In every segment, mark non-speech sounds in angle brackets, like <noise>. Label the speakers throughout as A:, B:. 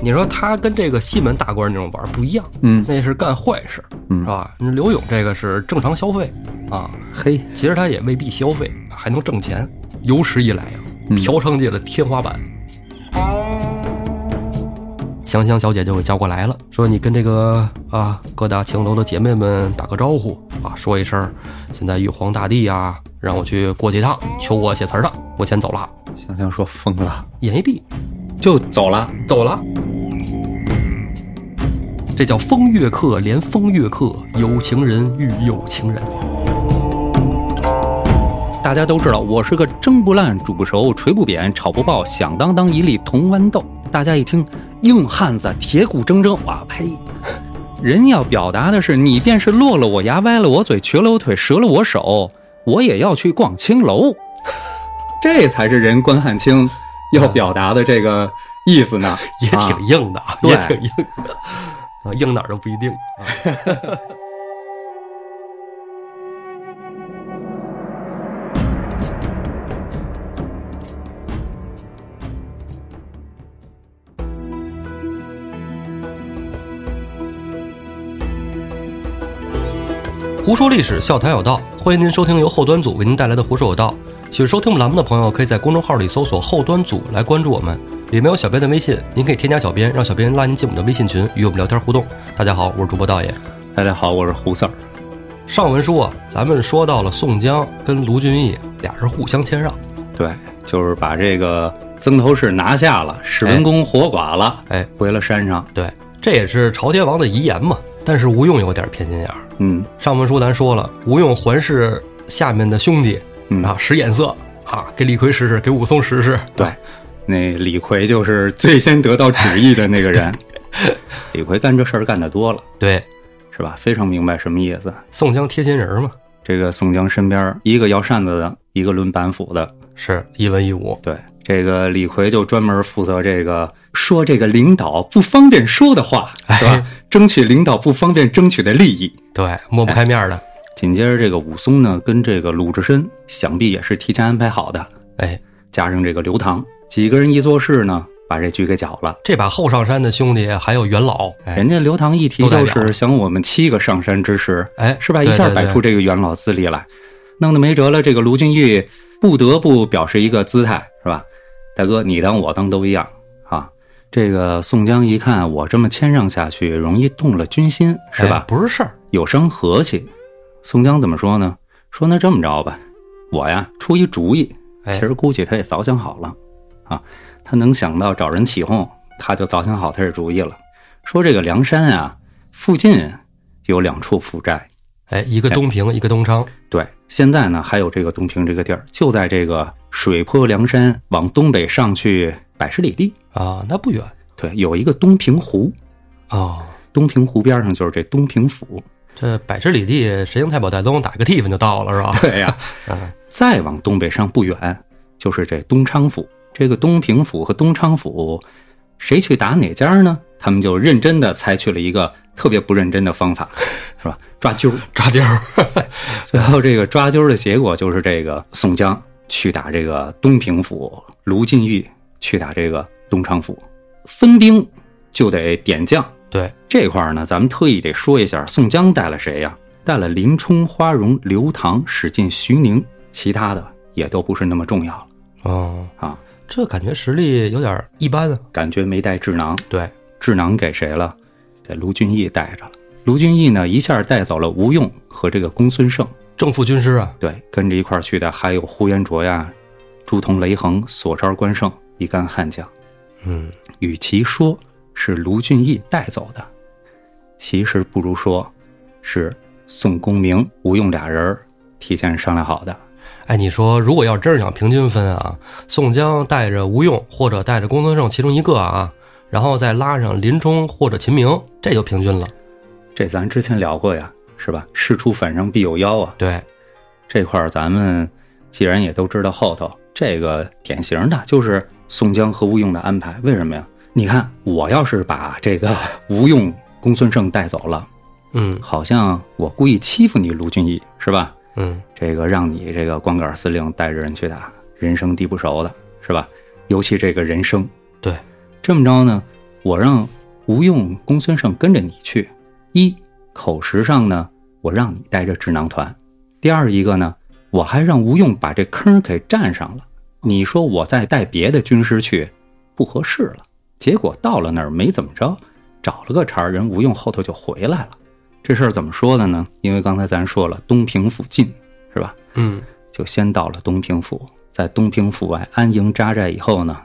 A: 你说他跟这个西门大官那种玩儿不一样，
B: 嗯
A: 那是干坏事，
B: 嗯
A: 是吧？你刘勇这个是正常消费啊，
B: 嘿，
A: 其实他也未必消费，还能挣钱。有史以来呀、啊
B: 嗯
A: 嫖娼界的天花板。香香小姐就给叫过来了，说你跟这个啊各大青楼的姐妹们打个招呼啊，说一声，现在玉皇大帝呀、让我去过去一趟，求我写词儿的，我先走了。
B: 香香说疯了，
A: 眼一闭，
B: 就走了。
A: 走了。这叫风月客连风月客，有情人遇有情人。
B: 大家都知道，我是个蒸不烂、煮不熟、锤不扁、炒不爆、响当当一粒铜豌豆。大家一听，硬汉子，铁骨铮铮，哇呸！人要表达的是，你便是落了我牙、歪了我嘴、瘸了我腿、折了我手，我也要去逛
A: <laughs>
B: 青楼。这才是人关汉卿要表达的这个意思呢。
A: <laughs> 也
B: 啊
A: 挺硬的，啊、
B: 对
A: 也挺硬的，啊，硬哪儿都不一定。啊、胡说历史，笑谈有道，欢迎您收听由后端组为您带来的《胡说有道》。喜欢收听我们栏目的朋友，可以在公众号里搜索“后端组”来关注我们，里面有小编的微信，您可以添加小编，让小编拉您进我们的微信群，与我们聊天互动。大家好，我是主播道爷。
B: 大家好，我是胡四儿。
A: 上文书啊，咱们说到了宋江跟卢俊义俩人互相谦让，
B: 对，就是把这个曾头市拿下了，史文恭活剐了，
A: 哎，
B: 回了山上。
A: 对，这也是朝天王的遗言嘛。但是吴用有点偏心眼儿。
B: 嗯
A: 上文书咱说了，吴用环视下面的兄弟
B: 嗯
A: 啊，使眼色啊，给李逵使使，给武松使使，
B: 对，那李逵就是最先得到旨意的那个人。李逵干这事儿干得多了，
A: 对，
B: 是吧？非常明白什么意思。
A: 宋江贴心人儿嘛，
B: 这个宋江身边一个摇扇子的，一个抡板斧的。
A: 是一文一武。
B: 对，这个李逵就专门负责这个说这个领导不方便说的话，是吧？争取领导不方便争取的利益。
A: 对，抹不开面儿的。
B: 紧接着，这个武松呢，跟这个鲁智深想必也是提前安排好的，
A: 哎，
B: 加上这个刘唐，几个人一做事呢，把这局给搅了。
A: 这把后上山的兄弟还有元老，哎
B: 人家刘唐一提
A: 都代
B: 就
A: 表
B: 是想我们七个上山之时，
A: 哎，
B: 是吧？
A: 对
B: 一下
A: 对
B: 摆
A: 对
B: 出这个元老资历来，弄得没辙了。这个卢俊义不得不表示一个姿态，是吧？大哥，你当我当都一样啊。这个宋江一看我这么谦让下去，容易动了军心，是
A: 哎？
B: 吧
A: 不是事儿，
B: 有伤和气。宋江怎么说呢？说那这么着吧，我呀出一主意，
A: 哎
B: 其实估计他也早想好了啊。他能想到找人起哄，他就早想好他这主意了。说这个梁山啊，附近有两处府寨，
A: 哎，一个东平，一个东昌，
B: 对，现在呢还有这个东平这个地儿，就在这个水泊梁山往东北上去百十里地，
A: 啊，那不远
B: 对，有一个东平湖，
A: 哦。
B: 东平湖边上就是这东平府。
A: 这百十里地，神行太保戴宗打个地方就到了，是
B: <laughs>
A: 吧？ <laughs>
B: 对呀、
A: 啊，
B: 再往东北上不远，就是这东昌府。这个东平府和东昌府，谁去打哪家呢？他们就认真的采取了一个特别不认真的方 <laughs> 法，是吧？抓阄。
A: 抓阄儿， <laughs>
B: 最后这个抓阄的结果就是这个宋江去打这个东平府，卢俊义去打这个东昌府，分兵就得点将。
A: 对，
B: 这块儿呢，咱们特意得说一下，宋江带了谁呀、带了林冲、花荣、刘唐、史进、徐宁，其他的也都不是那么重要了
A: 哦，
B: 啊。
A: 这感觉实力有点一般啊。
B: 感觉没带智囊，
A: 对，
B: 智囊给谁了？给卢俊义带着了。卢俊义呢，一下带走了吴用和这个公孙胜，
A: 正副军师啊，
B: 对，跟着一块儿去的还有呼延灼呀、朱仝、雷横、索超、关胜一干悍将。
A: 嗯，
B: 与其说是卢俊义带走的，其实不如说是宋公明、吴用俩人儿提前商量好的。
A: 哎，你说如果要真是想平均分啊，宋江带着吴用或者带着公孙胜其中一个啊，然后再拉上林冲或者秦明，这就平均了。
B: 这咱之前聊过呀，是吧？事出反常必有妖啊。
A: 对，
B: 这块儿咱们既然也都知道后头这个典型的就是宋江和吴用的安排，为什么呀？你看，我要是把这个吴用、公孙胜带走了，
A: 嗯
B: 好像我故意欺负你卢俊义，是吧？
A: 嗯，
B: 这个让你这个光杆司令带着人去打，人生地不熟的，是吧？尤其这个人生，
A: 对，
B: 这么着呢，我让吴用、公孙胜跟着你去。一口实上呢，我让你带着智囊团；第二一个呢，我还让吴用把这坑给占上了。你说我再带别的军师去，不合适了。结果到了那儿没怎么着，找了个茬儿，人吴用后头就回来了。这事儿怎么说的呢？因为刚才咱说了，东平府近是吧？
A: 嗯，
B: 就先到了东平府，在东平府外安营扎寨以后呢，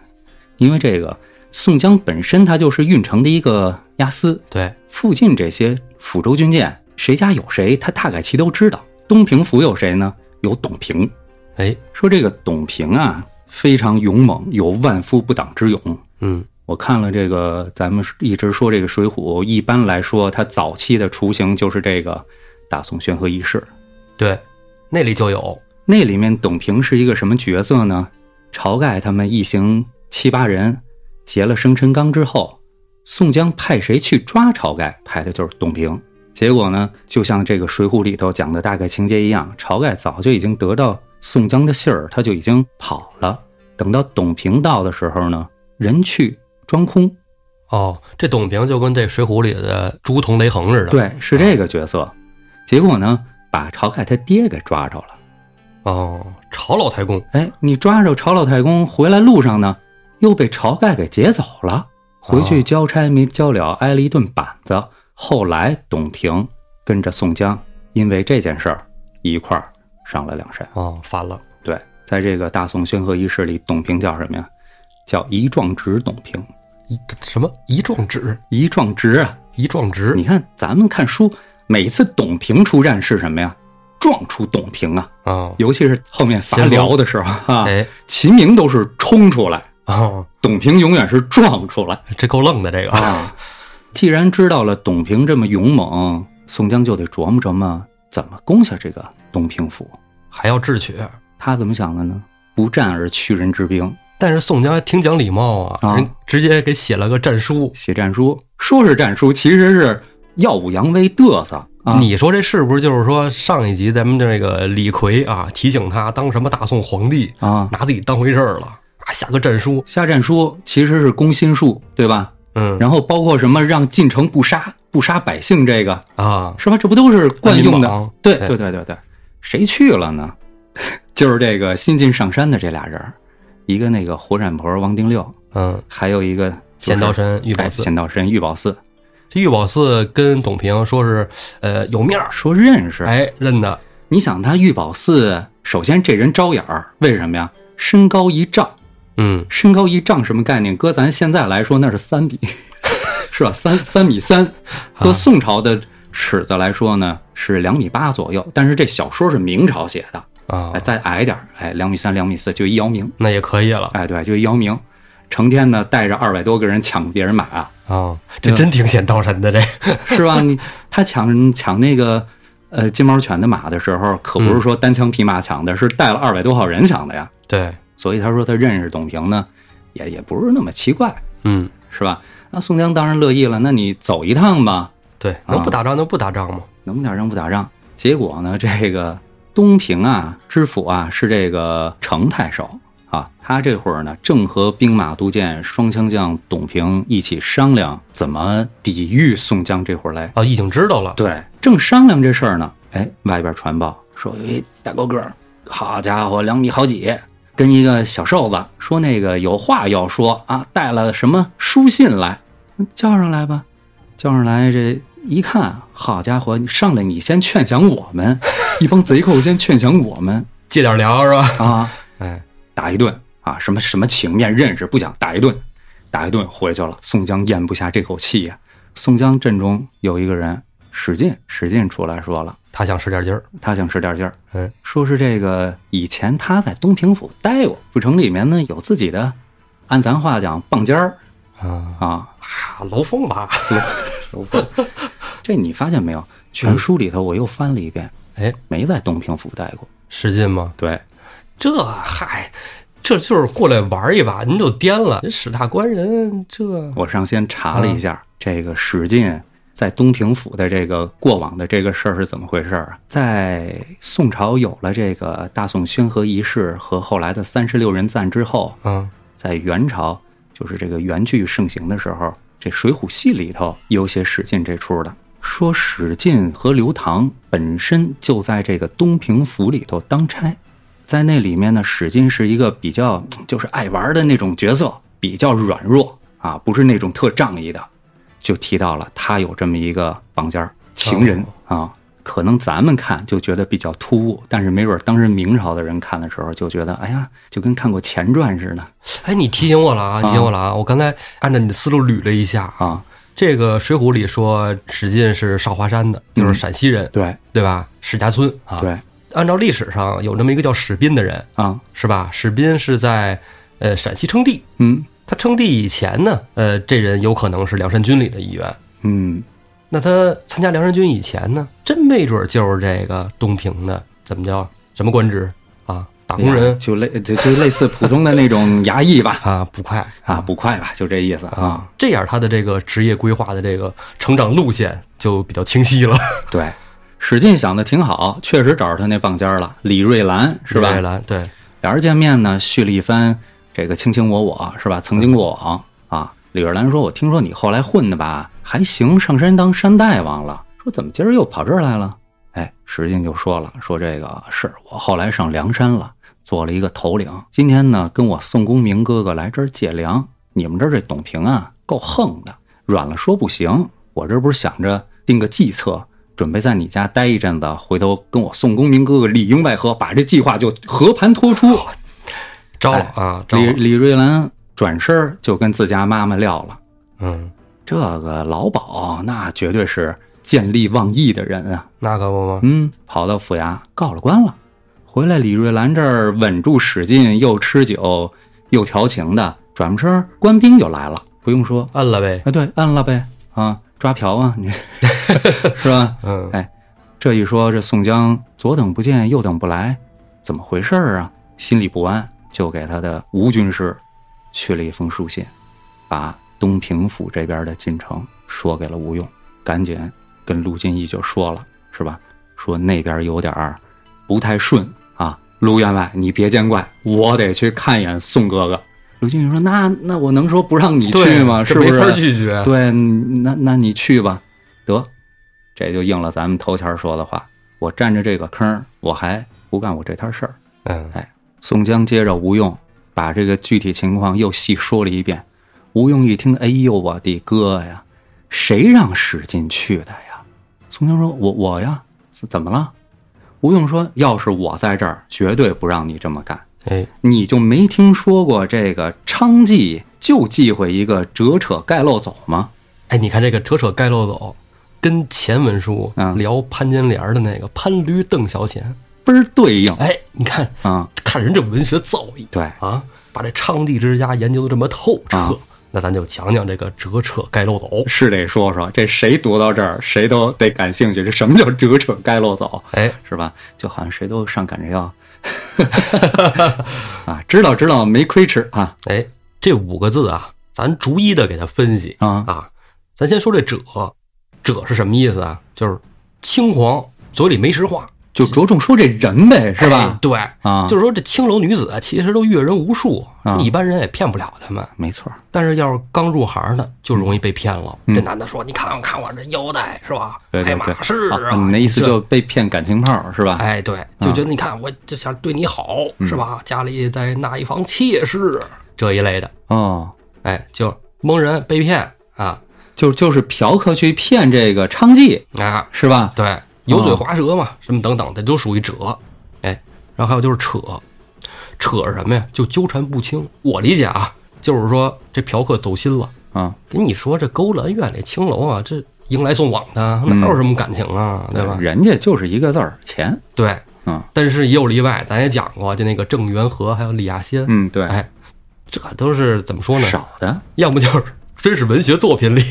B: 因为这个宋江本身他就是郓城的一个押司，
A: 对，
B: 附近这些抚州军舰谁家有谁，他大概其都知道。东平府有谁呢？有董平。
A: 哎，
B: 说这个董平啊，非常勇猛，有万夫不挡之勇。
A: 嗯，
B: 我看了这个，咱们一直说这个《水浒》，一般来说，它早期的雏形就是这个大宋宣和一世。
A: 对，那里就有，
B: 那里面董平是一个什么角色呢？晁盖他们一行七八人劫了生辰纲之后，宋江派谁去抓晁盖，派的就是董平。结果呢，就像这个《水浒》里头讲的大概情节一样，晁盖早就已经得到宋江的信儿，他就已经跑了。等到董平到的时候呢，人去装空，
A: 哦，这董平就跟这《水浒》里的朱仝、雷横似的，，
B: 对，是这个角色。结果呢，把晁盖他爹给抓着了。
A: 哦，晁老太公，
B: 哎，你抓着晁老太公回来路上呢，又被晁盖给劫走了。回
A: 哦
B: 去交差没交了，挨了一顿板子。后来董平跟着宋江，因为这件事儿一块儿上了梁山。
A: 哦，反了，
B: 对，在这个大宋宣和一世里，董平叫什么呀？叫一壮直董平。
A: 一什么一壮纸，
B: 一壮直啊！
A: 一壮纸
B: 你看咱们看书，每次董平出战是什么呀？撞出董平啊！
A: 啊，
B: 尤其是后面伐
A: 先锋
B: 辽的时候啊，
A: 哎，
B: 秦明都是冲出来。
A: 哦，
B: 董平永远是撞出来
A: 这够愣的这个，
B: 啊！既然知道了董平这么勇猛，宋江就得琢磨琢磨怎么攻下这个东平府。
A: 还要智取。
B: 他怎么想的呢？不战而屈人之兵，
A: 但是宋江还挺讲礼貌啊，
B: 啊
A: 人直接给写了个战书。
B: 写战书，说是战书，其实是耀武扬威，嘚瑟啊！
A: 你说这是不是就是说上一集咱们这个李逵啊，提醒他当什么大宋皇帝，
B: 啊，
A: 拿自己当回事儿了，啊下个战书，
B: 下战书其实是攻心术，对吧？
A: 嗯
B: 然后包括什么让进城不杀、不杀百姓，这个
A: 啊，
B: 是吧？这不都是惯用
A: 安民
B: 的
A: 榜？
B: 对
A: 哎
B: 对对对对，谁去了呢？ <laughs> 就是这个新晋上山的这俩人儿，一个那个活闪婆王定六，
A: 嗯，
B: 还有一个就是
A: 贤道神玉宝
B: 哎
A: 寺，
B: 贤道神玉宝寺，
A: 这玉宝寺跟董平说是呃有面儿，
B: 说认识。
A: 哎认的，
B: 你想他玉宝寺，首先这人招眼儿，为什么呀？身高一丈，
A: 嗯
B: 身高一丈什么概念？搁咱现在来说那是三米， <laughs> 是吧？三三米三，
A: 啊
B: 搁宋朝的尺子来说呢是两米八左右，但是这小说是明朝写的。
A: 啊
B: 哎，，再矮点儿，哎，两米三、两米四，就一姚明，
A: 那也可以了
B: 哎，对，就一姚明，成天呢带着二百多个人抢别人马、啊，
A: 啊，这真挺显道神的这，
B: 是吧？你他抢抢那个呃金毛犬的马的时候，可不是说单枪匹马抢的，是带了二百多号人抢的呀。
A: 对，
B: 所以他说他认识董平呢，也也不是那么奇怪，
A: 嗯
B: 是吧？那宋江当然乐意了，那你走一趟吧，
A: 对，
B: 啊
A: 能不打仗就不打仗吗？
B: 能不打仗不打仗。结果呢，这个东平啊，知府啊，是这个程太守啊，他这会儿呢，正和兵马都监双枪将董平一起商量怎么抵御宋江这伙儿来。
A: 啊，已经知道了，
B: 对，正商量这事儿呢，哎，外边传报说有一大高个儿，好家伙，两米好几，跟一个小瘦子说那个有话要说啊，带了什么书信来，叫上来吧，叫上来这。一看，好家伙，你上来你先劝降我们，一帮贼寇先劝降我们
A: 借点粮是吧？
B: 啊！
A: 哎，
B: 打一顿啊，什么什么情面认识不讲，打一顿，打一顿回去了。宋江咽不下这口气呀、宋江阵中有一个人，史进，史进出来说了，
A: 他想使点劲儿，
B: 他想使点劲儿，
A: 哎，
B: 说是这个以前他在东平府待过，府城里面呢有自己的，按咱话讲棒尖儿
A: 啊
B: 啊。
A: 啊，楼凤吧，
B: <laughs> 这你发现没有？全书里头我又翻了一遍，
A: 嗯哎，
B: 没在东平府待过。
A: 使劲吗？
B: 对，
A: 这嗨，这就是过来玩一把，您就颠了。这史大官人，这
B: 我上先查了一下、这个史进在东平府的这个过往的这个事儿是怎么回事儿啊？在宋朝有了这个大宋宣和一世和后来的三十六人赞之后，
A: 啊，
B: 在元朝就是这个元剧盛行的时候，这《水浒戏》里头有些史进这出的，说史进和刘唐本身就在这个东平府里头当差，在那里面呢，史进是一个比较就是爱玩的那种角色，比较软弱啊，不是那种特仗义的，就提到了他有这么一个绑尖儿情人啊。可能咱们看就觉得比较突兀，但是没准当时明朝的人看的时候就觉得，哎呀，就跟看过前传似的
A: 哎，你提醒我了啊！你提醒我了啊！我刚才按照你的思路捋了一下，
B: 啊。
A: 这个《水浒》里说史进是少华山的，就是陕西人，
B: 对
A: 对吧？史家村啊。
B: 对
A: 按照历史上有那么一个叫史斌的人，
B: 啊，
A: 是吧？史斌是在呃陕西称帝，
B: 嗯
A: 他称帝以前呢，呃，这人有可能是梁山军里的一员。
B: 嗯，
A: 那他参加梁山军以前呢，真没准就是这个东平的怎么叫什么官职啊？打工人
B: 哎就类就就类似普通的
A: <laughs>
B: 那种衙役吧，
A: 啊，捕快
B: 啊，捕快吧，就这意思啊。
A: 啊，这样他的这个职业规划的这个成长路线就比较清晰
B: <laughs>
A: 了，
B: 对，史进想的挺好，确实找着他那棒尖儿了，李瑞兰是吧
A: 魏？兰对，
B: 俩人见面呢，叙了一番这个卿卿我我是吧？曾经过往啊。李瑞兰说：“我听说你后来混的吧，还行，上山当山大王了。说怎么今儿又跑这儿来了？”哎，史进就说了：“说这个是我后来上梁山了，做了一个头领。今天呢，跟我宋公明哥哥来这儿借粮。你们这儿这董平啊，够横的，软了说不行。我这不是想着定个计策，准备在你家待一阵子，回头跟我宋公明哥哥里应外合，把这计划就和盘托出。”
A: 招了啊，招
B: 哎李
A: 了，
B: 李瑞兰转身儿就跟自家妈妈撂了。
A: 嗯，
B: 这个老鸨那绝对是见利忘义的人啊！
A: 那可不吗？
B: 嗯，跑到府衙告了官了。回来，李瑞兰这儿稳住史进，又吃酒又调情的，转身儿官兵就来了。不用说，
A: 摁了呗，
B: 啊，对，按了呗，啊，抓嫖啊，你是吧？
A: 嗯，
B: 这一说，这宋江左等不见，右等不来，怎么回事儿啊？心里不安，就给他的吴军师去了一封书信，把东平府这边的进程说给了吴用，赶紧跟陆俊义就说了，是吧？说那边有点儿不太顺啊，陆员外你别见怪，我得去看一眼宋哥哥。陆俊义说：“那那我能说不让你去
A: 对
B: 吗？是
A: 这
B: 不
A: 没
B: 是？
A: 法拒绝，
B: 对，那那你去吧，得，这就应了咱们头前儿说的话，我占着这个坑儿，我还不干我这摊事儿。
A: 嗯，
B: 宋江接着吴用把这个具体情况又细说了一遍。吴用一听，哎呦我的哥呀，谁让史进去的呀？宋江说：“我我呀，怎怎么了？”吴用说：“要是我在这儿，绝对不让你这么干。”
A: 哎，
B: 你就没听说过这个娼妓就忌讳一个折扯盖漏走吗？
A: 哎，你看这个扯扯盖漏走，跟前文书
B: 嗯
A: 聊潘金莲的那个潘驴邓小闲，
B: 倍儿对应
A: 哎，你看
B: 啊、
A: 看人这文学造诣
B: 对，
A: 啊，把这娼妓之家研究的这么透
B: 啊
A: 彻，那咱就讲讲这个折扯盖漏走，
B: 是得说说这谁读到这儿，谁都得感兴趣。这什么叫折扯盖漏走，
A: 哎，
B: 是吧？就好像谁都上赶着要啊，知道知道没亏吃啊
A: 哎，这五个字啊，咱逐一的给它分析
B: 啊
A: 啊。咱先说这“者”，“者”是什么意思啊？就是轻狂，嘴里没实话，
B: 就着重说这人呗，是
A: 哎
B: 吧？
A: 对，
B: 啊，
A: 就是说这青楼女子啊其实都阅人无数，
B: 啊
A: 一般人也骗不了他们。
B: 没错儿，
A: 但是要是刚入行的，就容易被骗了。
B: 嗯
A: 这男的说：“你看我看我这腰带是吧？
B: 对对
A: 爱
B: 对
A: 马仕
B: 啊，你那意思
A: 这
B: 就被骗感情炮是吧？
A: 哎，对，就觉得你看我就想对你好是吧？家里再纳一房妾室嗯这一类的，
B: 哦，
A: 哎，就蒙人被骗啊
B: 就就是嫖客去骗这个娼妓
A: 啊！
B: 是吧？
A: 对，油嘴滑舌嘛，什么等等的都属于折。哎，然后还有就是扯，扯是什么呀？就纠缠不清。我理解啊，就是说这嫖客走心了，
B: 啊，
A: 跟你说这勾栏院里青楼啊，这迎来送往的，哪有什么感情啊，对吧？
B: 人家就是一个字儿钱。
A: 对，
B: 嗯
A: 但是也有例外，咱也讲过，就那个郑元和还有李亚仙，
B: 嗯，对，
A: 哎，这都是怎么说呢？
B: 少的
A: 要么就是 <laughs> 真是文学作品里，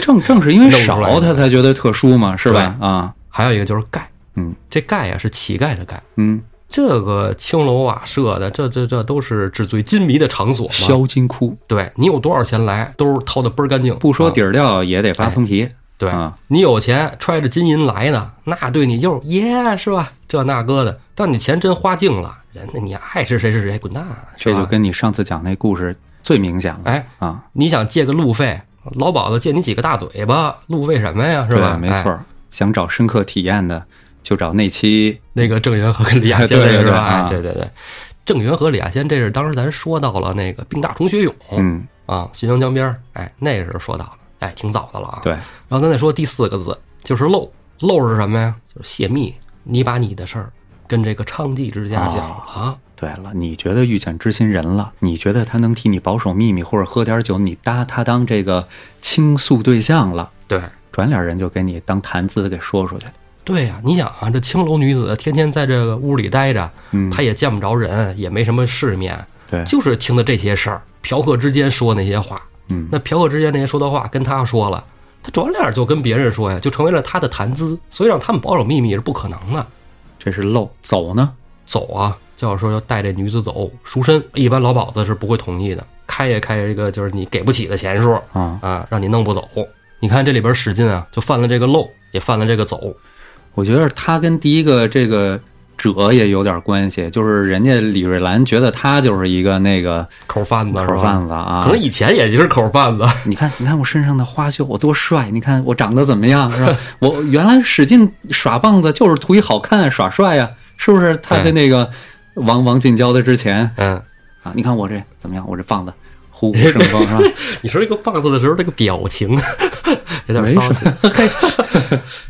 B: 正正是因为
A: 弄出来的
B: 少，他才觉得特殊嘛，是吧？啊，
A: 还有一个就是丐，
B: 嗯，
A: 这丐呀、是乞丐的丐。
B: 嗯，
A: 这个青楼瓦舍的，这这这都是纸醉金迷的场所嘛。
B: 销金窟，
A: 对你有多少钱来，都是掏的倍儿干净，
B: 不说
A: 啊
B: 底儿掉也得发层皮。
A: 对、
B: 啊
A: 你有钱揣着金银来的，那对你就是耶是吧？这那个的，但你钱真花尽了，人家你爱是谁是谁，滚蛋！
B: 这
A: 是吧
B: 就跟你上次讲那故事最明显了
A: 哎，
B: 啊！
A: 你想借个路费，老鸨子借你几个大嘴巴，路为什么呀？是吧？
B: 对没
A: 哎
B: 错儿。想找深刻体验的，就找那期
A: 那个郑元和跟李亚仙
B: <laughs> 对
A: 那个
B: 对
A: 是
B: 对
A: 吧？哎
B: 啊
A: 对对对，郑元和李亚仙，这是当时咱说到了那个病大虫学勇，
B: 嗯，
A: 啊，新阳江边儿，哎，那时候说到了，哎，挺早的了啊。
B: 对，
A: 然后咱再说第四个字，就是漏。漏是什么呀？就是泄密。你把你的事儿跟这个娼妓之
B: 啊
A: 家讲了，啊
B: 对了，你觉得遇见知心人了？你觉得他能替你保守秘密，或者喝点酒，你搭他当这个倾诉对象了？
A: 对。
B: 转脸人就给你当谈资给说出去。
A: 对呀、你想啊，这青楼女子天天在这个屋里待着，
B: 嗯，
A: 她也见不着人，也没什么世面，
B: 对，
A: 就是听的这些事儿，嫖客之间说那些话。
B: 嗯，
A: 那嫖客之间那些说的话跟他说了，他转脸就跟别人说呀，就成为了他的谈资，所以让他们保守秘密是不可能的。
B: 这是漏走呢？
A: 走啊，教授要带这女子走赎身，一般老鸨子是不会同意的，开也开这个就是你给不起的钱数
B: 啊、
A: 啊，让你弄不走。你看这里边史进啊，就犯了这个漏，也犯了这个走，
B: 我觉得他跟第一个这个者也有点关系，就是人家李瑞兰觉得他就是一个那个
A: 口贩子是吧
B: 口贩子啊
A: 可，能以前也就是口贩子，
B: 你看，你看我身上的花绣，我多帅！你看我长得怎么样，是吧？ <laughs> 我原来使劲耍棒子就是图一好看、耍帅呀、是不是？他跟那个王王进交的之前
A: 嗯，
B: 啊，你看我这怎么样？我这棒子虎虎生风，是吧？
A: 你说这个棒子的时候，这个表情 <laughs> 有点
B: 没
A: 骚气。 <laughs>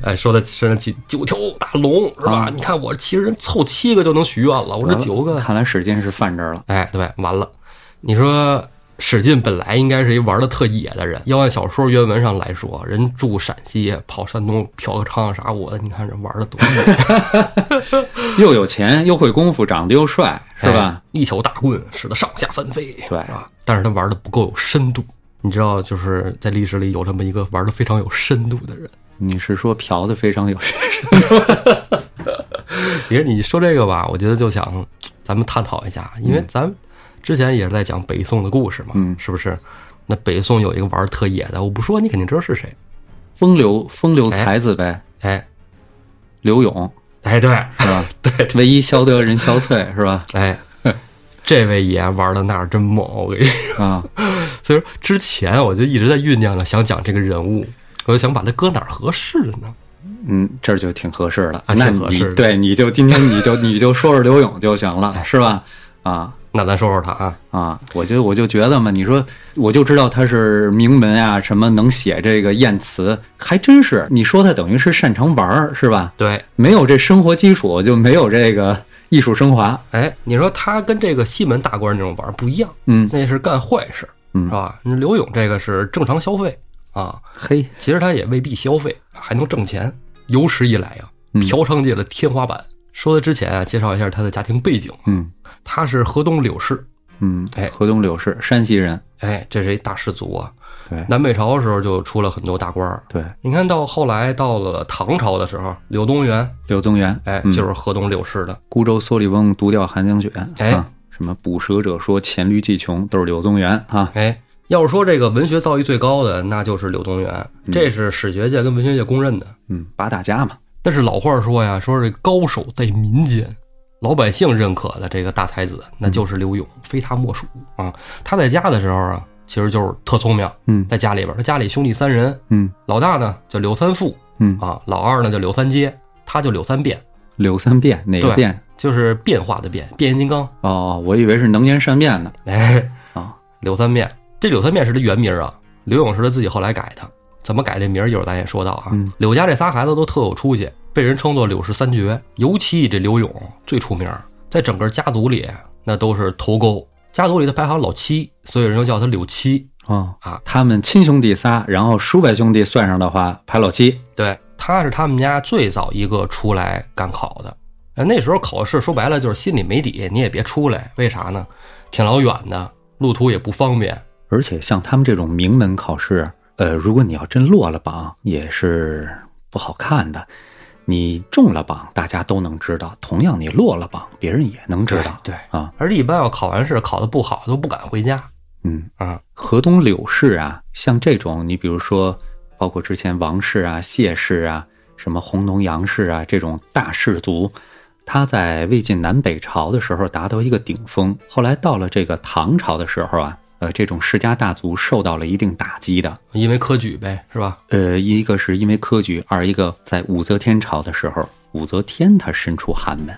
A: 哎，说他身上九九条大龙是吧？
B: 啊
A: 你看我其实人凑七个就能许愿了，我这 <laughs> 九个
B: 看来史进是犯这儿了。
A: 哎，对，完了，你说史进本来应该是一玩的特野的人，要按小说原文上来说，人住陕西，跑山东嫖个娼啥我的，你看人玩的多野
B: 又有钱，又会功夫，长得又帅，是吧？嗯
A: 哎一条大棍使得上下翻飞，
B: 对
A: 是吧？但是他玩的不够有深度，你知道，就是在历史里有这么一个玩的非常有深度的人。
B: 你是说嫖的非常有深？
A: 别你说这个吧，我觉得就想咱们探讨一下，因为咱之前也是在讲北宋的故事嘛，
B: 嗯
A: 是不是？那北宋有一个玩的特野的，我不说你肯定知道是谁，
B: 风流风流才子呗，
A: 哎。
B: 刘勇
A: 哎，对，
B: 是吧？ <laughs> 对，唯一消得人憔悴，是吧？
A: 哎，这位爷玩的那是真猛，我跟你说。 <laughs>
B: 啊，
A: 所以说之前我就一直在酝酿着想讲这个人物，我就想把他搁哪儿合适呢？
B: 嗯，这儿就挺合适的。哎
A: 啊
B: 那
A: 挺合
B: 你
A: 适的
B: 对，你就今天你就你就说说刘勇就行了，是吧？啊
A: 那咱说说他啊，
B: 啊，我就我就觉得嘛，你说我就知道他是名门啊，什么能写这个艳词，还真是。你说他等于是擅长玩儿，是吧？
A: 对，
B: 没有这生活基础，就没有这个艺术升华。
A: 哎，你说他跟这个西门大官那种玩儿不一样，
B: 嗯
A: 那是干坏事，是
B: 嗯，
A: 吧？那刘勇这个是正常消费啊，
B: 嘿，
A: 其实他也未必消费，还能挣钱。有史以来啊呀、
B: 嗯
A: 嫖娼界的天花板。说的之前啊，介绍一下他的家庭背景，
B: 嗯
A: 他是河东柳氏，
B: 嗯
A: 哎，
B: 河东柳氏，山西人，
A: 哎，这是一大氏族啊。
B: 对
A: 南北朝的时候就出了很多大官儿。
B: 对，
A: 你看到后来到了唐朝的时候，柳宗元，
B: 柳宗元，
A: 哎，
B: 嗯
A: 就是河东柳氏的。
B: 孤舟蓑笠翁，独钓寒江雪。
A: 哎
B: 啊，什么捕蛇者说黔驴技穷，都是柳宗元啊。
A: 哎，要是说这个文学造诣最高的，那就是柳宗元，这是史学界跟文学界公认的。
B: 嗯，八大家嘛。
A: 但是老话说呀，说这高手在民间，老百姓认可的这个大才子，那就是刘永，非他莫属啊。他在家的时候啊，其实就是特聪明，
B: 嗯
A: 在家里边儿，他家里兄弟三人，
B: 嗯
A: 老大呢叫柳三富
B: 嗯，
A: 啊，老二呢叫柳三阶，他就柳三变。
B: 柳三变哪个
A: 对
B: 变？
A: 就是变化的变，变形金刚。
B: 哦，我以为是能言善辩呢。
A: <laughs> 哎，
B: 啊，
A: 柳三变，这柳三变是他原名啊，刘勇是他自己后来改的。怎么改这名儿，一会儿咱也说到啊。
B: 嗯
A: 柳家这仨孩子都特有出息，被人称作柳氏三绝，尤其这刘勇最出名儿，在整个家族里那都是头钩，家族里他排行老七，所以人就叫他柳七。
B: 哦
A: 啊，
B: 他们亲兄弟仨，然后叔伯兄弟算上的话，排老七。
A: 对，他是他们家最早一个出来赶考的。哎，那时候考试说白了就是心里没底，你也别出来，为啥呢？挺老远的，路途也不方便，
B: 而且像他们这种名门考试，呃，如果你要真落了榜，也是不好看的。你中了榜，大家都能知道；同样，你落了榜，别人也能知道。
A: 对
B: 啊，
A: 而且一般要考完试考得不好都不敢回家
B: 嗯，
A: 啊。
B: 河东柳氏啊，像这种，你比如说，包括之前王氏啊、谢氏啊、什么红农杨氏啊这种大氏族，他在魏晋南北朝的时候达到一个顶峰，后来到了这个唐朝的时候啊，呃，这种世家大族受到了一定打击的。
A: 因为科举呗，是吧？
B: 呃，一个是因为科举，二一个在武则天朝的时候，武则天她身处寒门，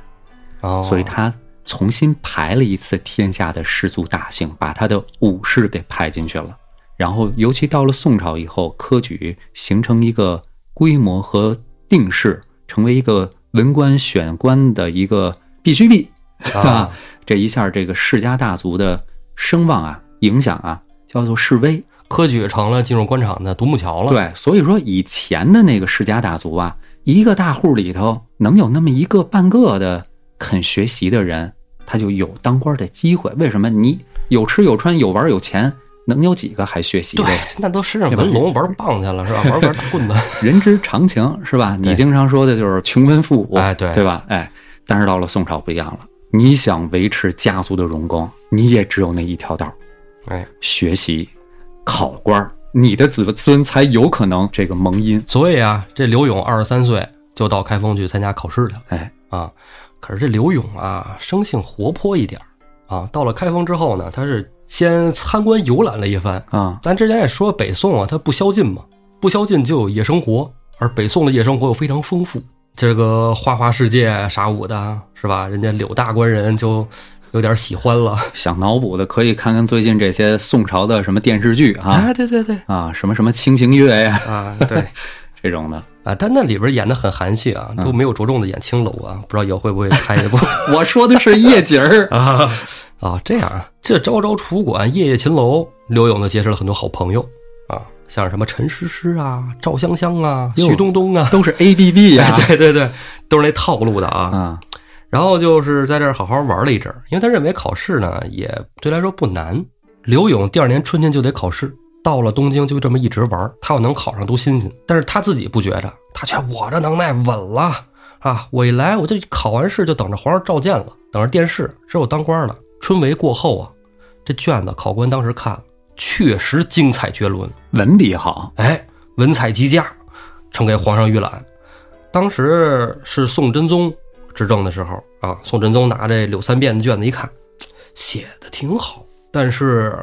A: 哦，
B: 所以她重新排了一次天下的氏族大姓，把她的武士给排进去了。然后，尤其到了宋朝以后，科举形成一个规模和定式，成为一个文官选官的一个必须必。
A: 啊，
B: <laughs> 这一下，这个世家大族的声望啊、影响啊，叫做示威。
A: 科举成了进入官场的独木桥了。，
B: 对，所以说以前的那个世家大族啊，一个大户里头能有那么一个半个的肯学习的人，他就有当官的机会。为什么？你有吃有穿有玩有钱，能有几个还学习的
A: 对
B: 呀？，
A: 那都身上
B: 对吧
A: 纹龙玩棒去了是吧？玩玩大
B: <laughs>
A: 棍子。
B: 人之常情是吧？
A: 对
B: 你经常说的就是穷文富武，
A: 哎对
B: 对吧？哎，但是到了宋朝不一样了，你想维持家族的荣光，你也只有那一条道儿，
A: 哎，
B: 学习，考官儿，你的子孙才有可能这个蒙荫。
A: 所以啊，这刘勇二十三岁就到开封去参加考试去了
B: 哎，
A: 啊。可是这刘勇啊，生性活泼一点儿啊。到了开封之后呢，他是先参观游览了一番。
B: 啊，
A: 咱之前也说北宋啊，它不宵禁嘛，不宵禁就有夜生活，而北宋的夜生活又非常丰富。这个花花世界啥舞的，是吧？人家柳大官人就有点喜欢了
B: 想脑补的可以看看最近这些宋朝的什么电视剧啊，
A: 对对对，
B: 啊，什么什么《清平乐》呀 <laughs>
A: 啊对
B: 这种的。
A: 啊，但那里边演的很含蓄啊，都没有着重的演青楼啊，不知道以后会不会拍一部
B: 我说的是夜景 <laughs> 儿
A: 啊啊这样啊，这朝朝楚馆，夜夜秦楼，刘勇呢结识了很多好朋友啊，像什么陈诗诗啊、赵香香啊、
B: 哟
A: 徐冬冬
B: <laughs>
A: 啊，
B: 都是 A B B 呀
A: 对对对，都是那套路的啊。
B: 啊，
A: 然后就是在这儿好好玩了一阵儿，因为他认为考试呢也对他来说不难。刘勇第二年春天就得考试，到了东京就这么一直玩儿，他要能考上多新鲜。但是他自己不觉着，他觉得我这能耐稳了啊！我一来我就考完试就等着皇上召见了，等着殿试，之后当官了。春闱过后啊，这卷子考官当时看了，确实精彩绝伦，
B: 文笔好，
A: 哎，文采极佳，呈给皇上预览。当时是宋真宗执政的时候啊，宋真宗拿这柳三变的卷子一看，写的挺好，但是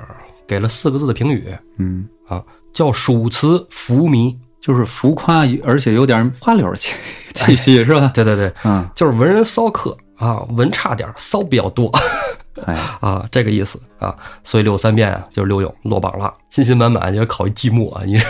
A: 给了四个字的评语
B: 嗯，
A: 啊，叫“蜀词浮靡
B: 就是浮夸，而且有点花柳气气息是”。吧？
A: 对对对，
B: 哎嗯，
A: 就是文人骚客啊，文差点儿，骚比较多
B: 哎，
A: 啊，这个意思啊。所以柳三变啊，就是刘勇落榜了，信心满满，就是考一寂寞啊，你是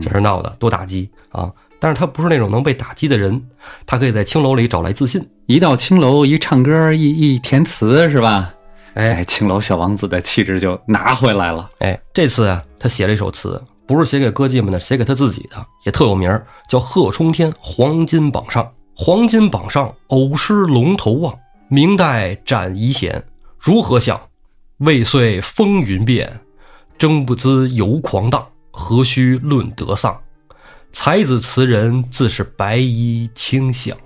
A: <laughs> 这是闹的，多打击啊！但是他不是那种能被打击的人，他可以在青楼里找来自信。
B: 一到青楼，一唱歌，一一填词是吧？
A: 哎
B: 哎，青楼小王子的气质就拿回来了。
A: 哎，这次啊，他写了一首词，不是写给歌妓们的，写给他自己的，也特有名儿，叫《贺冲天黄金榜上》。黄金榜上，偶失龙头望，明代展遗贤。如何想？未遂风云变，争不知犹狂荡。何须论得丧？才子词人自是白衣卿相，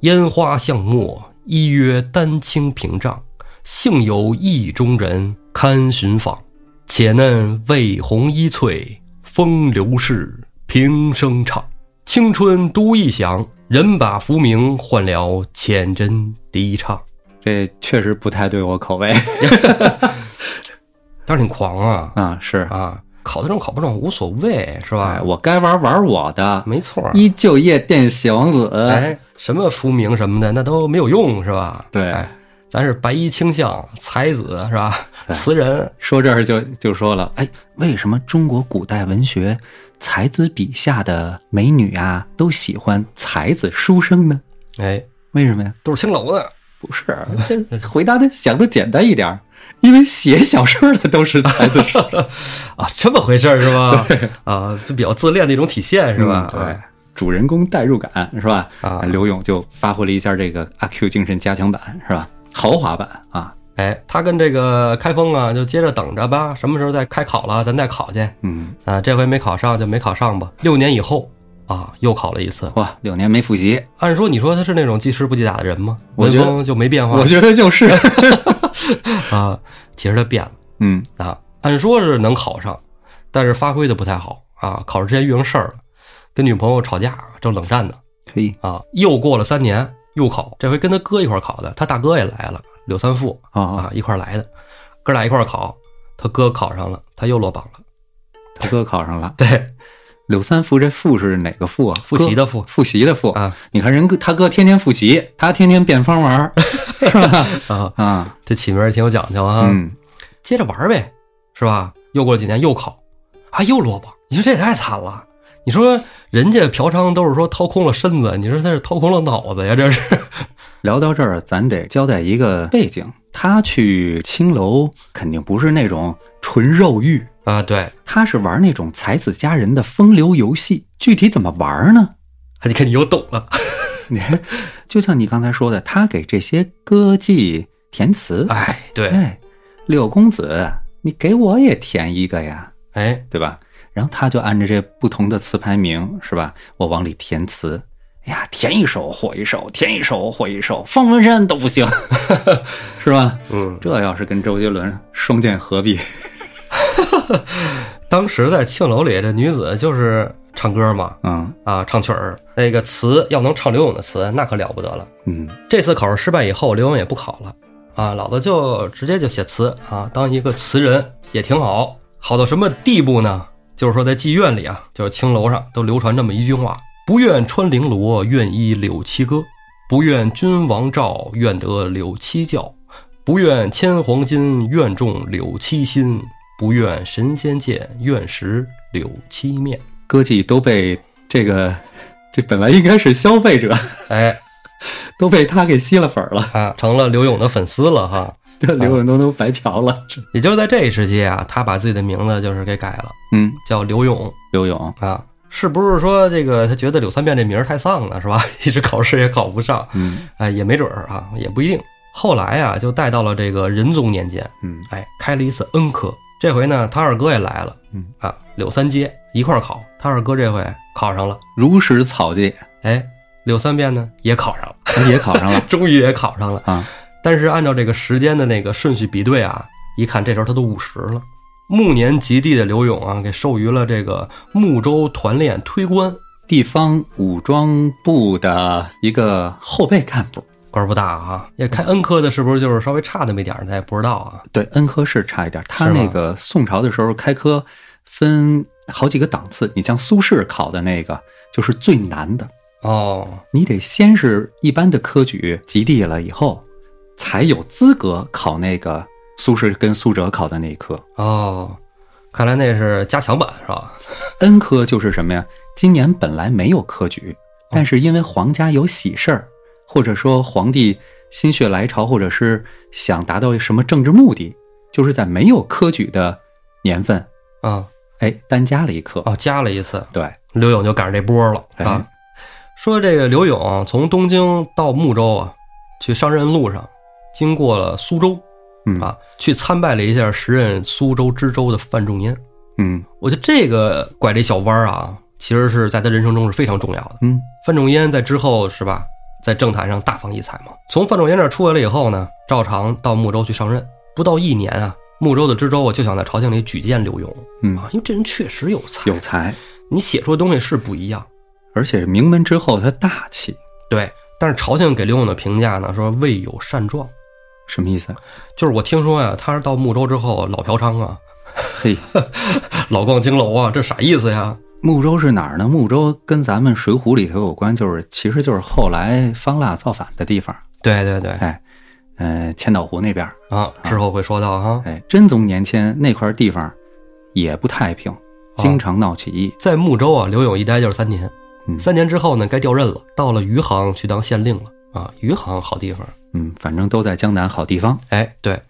A: 烟花巷陌，一约丹青屏障。幸有意中人堪寻访。且嫩为红衣翠，风流事，平生唱。青春都一响，人把浮名换了浅斟低唱。
B: 这确实不太对我口 <laughs> 味
A: 但是挺狂啊
B: 啊，是，
A: 啊！考得中考不中无所谓是吧
B: 哎，？我该玩玩我的，
A: 没错儿。
B: 依旧夜店小王子，
A: 哎，什么浮名什么的，那都没有用是吧？
B: 对
A: 哎，咱是白衣卿相、才子是吧？词人
B: 说这儿就就说了，哎，为什么中国古代文学才子笔下的美女啊，都喜欢才子书生呢？
A: 哎，
B: 为什么呀？
A: 都是青楼的。
B: 不是，啊
A: <laughs>
B: 回答的想的简单一点儿，因为写小说的都是才子书生，
A: 啊，这么回事儿是
B: <laughs>
A: 吧？啊，就比较自恋的一种体现 <laughs> 是吧？
B: 嗯对，主人公代入感是吧？
A: 啊
B: 刘勇就发挥了一下这个阿 Q 精神加强版是吧？豪华版啊，
A: 哎，他跟这个开封啊，就接着等着吧，什么时候再开考了，咱再考去。
B: 嗯，
A: 啊，这回没考上就没考上吧。六年以后啊，又考了一次。
B: 哇，六年没复习，
A: 按说你说他是那种记吃不记打的人吗？
B: 我
A: 文
B: 觉得
A: 风就没变化
B: 我觉得
A: <laughs>
B: 就是，
A: 啊，其实他变了
B: 嗯，
A: 啊。按说是能考上，但是发挥的不太好啊。考试之前遇上事儿了，跟女朋友吵架，正冷战呢。
B: 可以
A: 啊，又过了三年又考，这回跟他哥一块儿考的，他大哥也来了，柳三富
B: 啊啊
A: 啊一块儿来的，哥俩一块儿考。他他哥考上了，他又落榜了。 <laughs>
B: 他哥考上了。
A: 对，
B: 柳三福这复是哪个复啊？
A: 复习
B: 的
A: 的复
B: 复习的复
A: 啊！
B: 你看人哥他哥天天复习，他天天变方玩
A: <laughs>
B: 儿是吧？
A: 啊，
B: 啊，
A: 这起名儿挺有讲究啊。
B: 嗯，
A: 接着玩儿呗，是吧？又过了几年又考，啊，又落榜。你说这也太惨了。你说人家嫖娼都是说掏空了身子，你说他是掏空了脑子呀？这是 <laughs>
B: 聊到这儿，咱得交代一个背景。他去青楼肯定不是那种纯肉欲，
A: 啊，对，
B: 他是玩那种才子佳人的风流游戏。具体怎么玩呢？
A: 你看你又懂了 <laughs>
B: 你就像你刚才说的，他给这些歌妓填词。
A: 哎，对，
B: 哎，柳公子，你给我也填一个呀，
A: 哎，
B: 对吧？然后他就按照这不同的词牌名，是吧？我往里填词。哎呀，填一首火一首，填一首火一首，方文山都不行， <laughs> 是吧？
A: 嗯，
B: 这要是跟周杰伦双剑合璧，
A: 当时在庆楼里，这女子就是唱歌嘛，
B: 嗯
A: 啊，唱曲儿，那个词要能唱刘勇的词，那可了不得了。
B: 嗯，
A: 这次考试失败以后，刘勇也不考了，啊，老子就直接就写词啊，当一个词人也挺好，好到什么地步呢？就是说在妓院里啊，就是青楼上都流传这么一句话：不愿穿绫罗，愿依柳七歌；不愿君王照，愿得柳七教；不愿牵黄金，愿中柳七心；不愿神仙见，愿识柳七面。
B: 歌妓都被这个，这本来应该是消费者，
A: 哎，
B: 都被他给吸了粉儿了，
A: 啊，成了刘勇的粉丝了哈。
B: 这刘永东都白嫖了。这
A: 也就是在这一时期啊，他把自己的名字就是给改了。
B: 嗯，
A: 叫刘勇
B: 刘勇，
A: 啊，是不是说这个他觉得柳三变这名儿太丧了，是吧？ <laughs> 一直考试也考不上，
B: 嗯
A: 哎，也没准儿啊，也不一定。后来啊，就带到了这个仁宗年间，
B: 嗯
A: 哎，开了一次恩科。这回呢，他二哥也来了，
B: 嗯
A: 啊，柳三接一块儿考，他二哥这回考上了，
B: 如实草芥
A: 哎，柳三变呢也考上了， <laughs>
B: 也考上了
A: 终于也考上了。
B: 啊，
A: 但是按照这个时间的那个顺序比对啊，一看这时候他都五十了。暮年及第的刘勇啊，给授予了这个睦州团练推官，
B: 地方武装部的一个后备干部。
A: 官儿不大啊。也开恩科的，是不是就是稍微差那么一点儿？咱也不知道啊。
B: 对，恩科是差一点，他
A: 是吗
B: 那个宋朝的时候开科分好几个档次，你像苏轼考的那个就是最难的。
A: 哦，
B: 你得先是一般的科举及第了以后，才有资格考那个苏轼跟苏辙考的那一科。
A: 哦，看来那是加强版是吧？
B: 恩科就是什么呀？今年本来没有科举，
A: 哦
B: 但是因为皇家有喜事儿，或者说皇帝心血来潮，或者是想达到什么政治目的，就是在没有科举的年份，
A: 啊、
B: 哎，单加了一科。
A: 哦，加了一次，
B: 对，
A: 刘勇就赶上这波了啊
B: 哎。
A: 说这个刘勇啊从东京到睦州啊，去上任路上，经过了苏州
B: 嗯
A: 啊，去参拜了一下时任苏州知州的范仲淹。
B: 嗯
A: 我觉得这个拐这小弯儿啊，其实是在他人生中是非常重要的。
B: 嗯
A: 范仲淹在之后是吧，在政坛上大放异彩嘛。从范仲淹这儿出来了以后呢，赵常到睦州去上任，不到一年啊，睦州的知州啊就想在朝廷里举荐刘勇
B: 嗯，
A: 啊，因为这人确实有才，
B: 有才，
A: 你写出的东西是不一样。
B: 而且名门之后他大气，
A: 对，但是朝廷给刘勇的评价呢，说未有善状，
B: 什么意思？
A: 就是我听说呀、他是到睦州之后老嫖娼啊， <laughs>
B: 嘿， <laughs>
A: 老逛青楼啊，这啥意思呀？
B: 睦州是哪儿呢？睦州跟咱们《水浒》里头有关，就是其实就是后来方腊造反的地方，
A: 对对对，
B: 哎，呃，千岛湖那边儿，
A: 啊，之后会说到哈、
B: 哎，真宗年间那块地方也不太
A: 哦
B: 平，经常闹起义。
A: 在睦州啊，刘勇一待就是三年，
B: 嗯
A: 三年之后呢，该调任了，到了余杭去当县令了啊。余杭好地方，
B: 嗯，反正都在江南好地方。
A: 哎，对，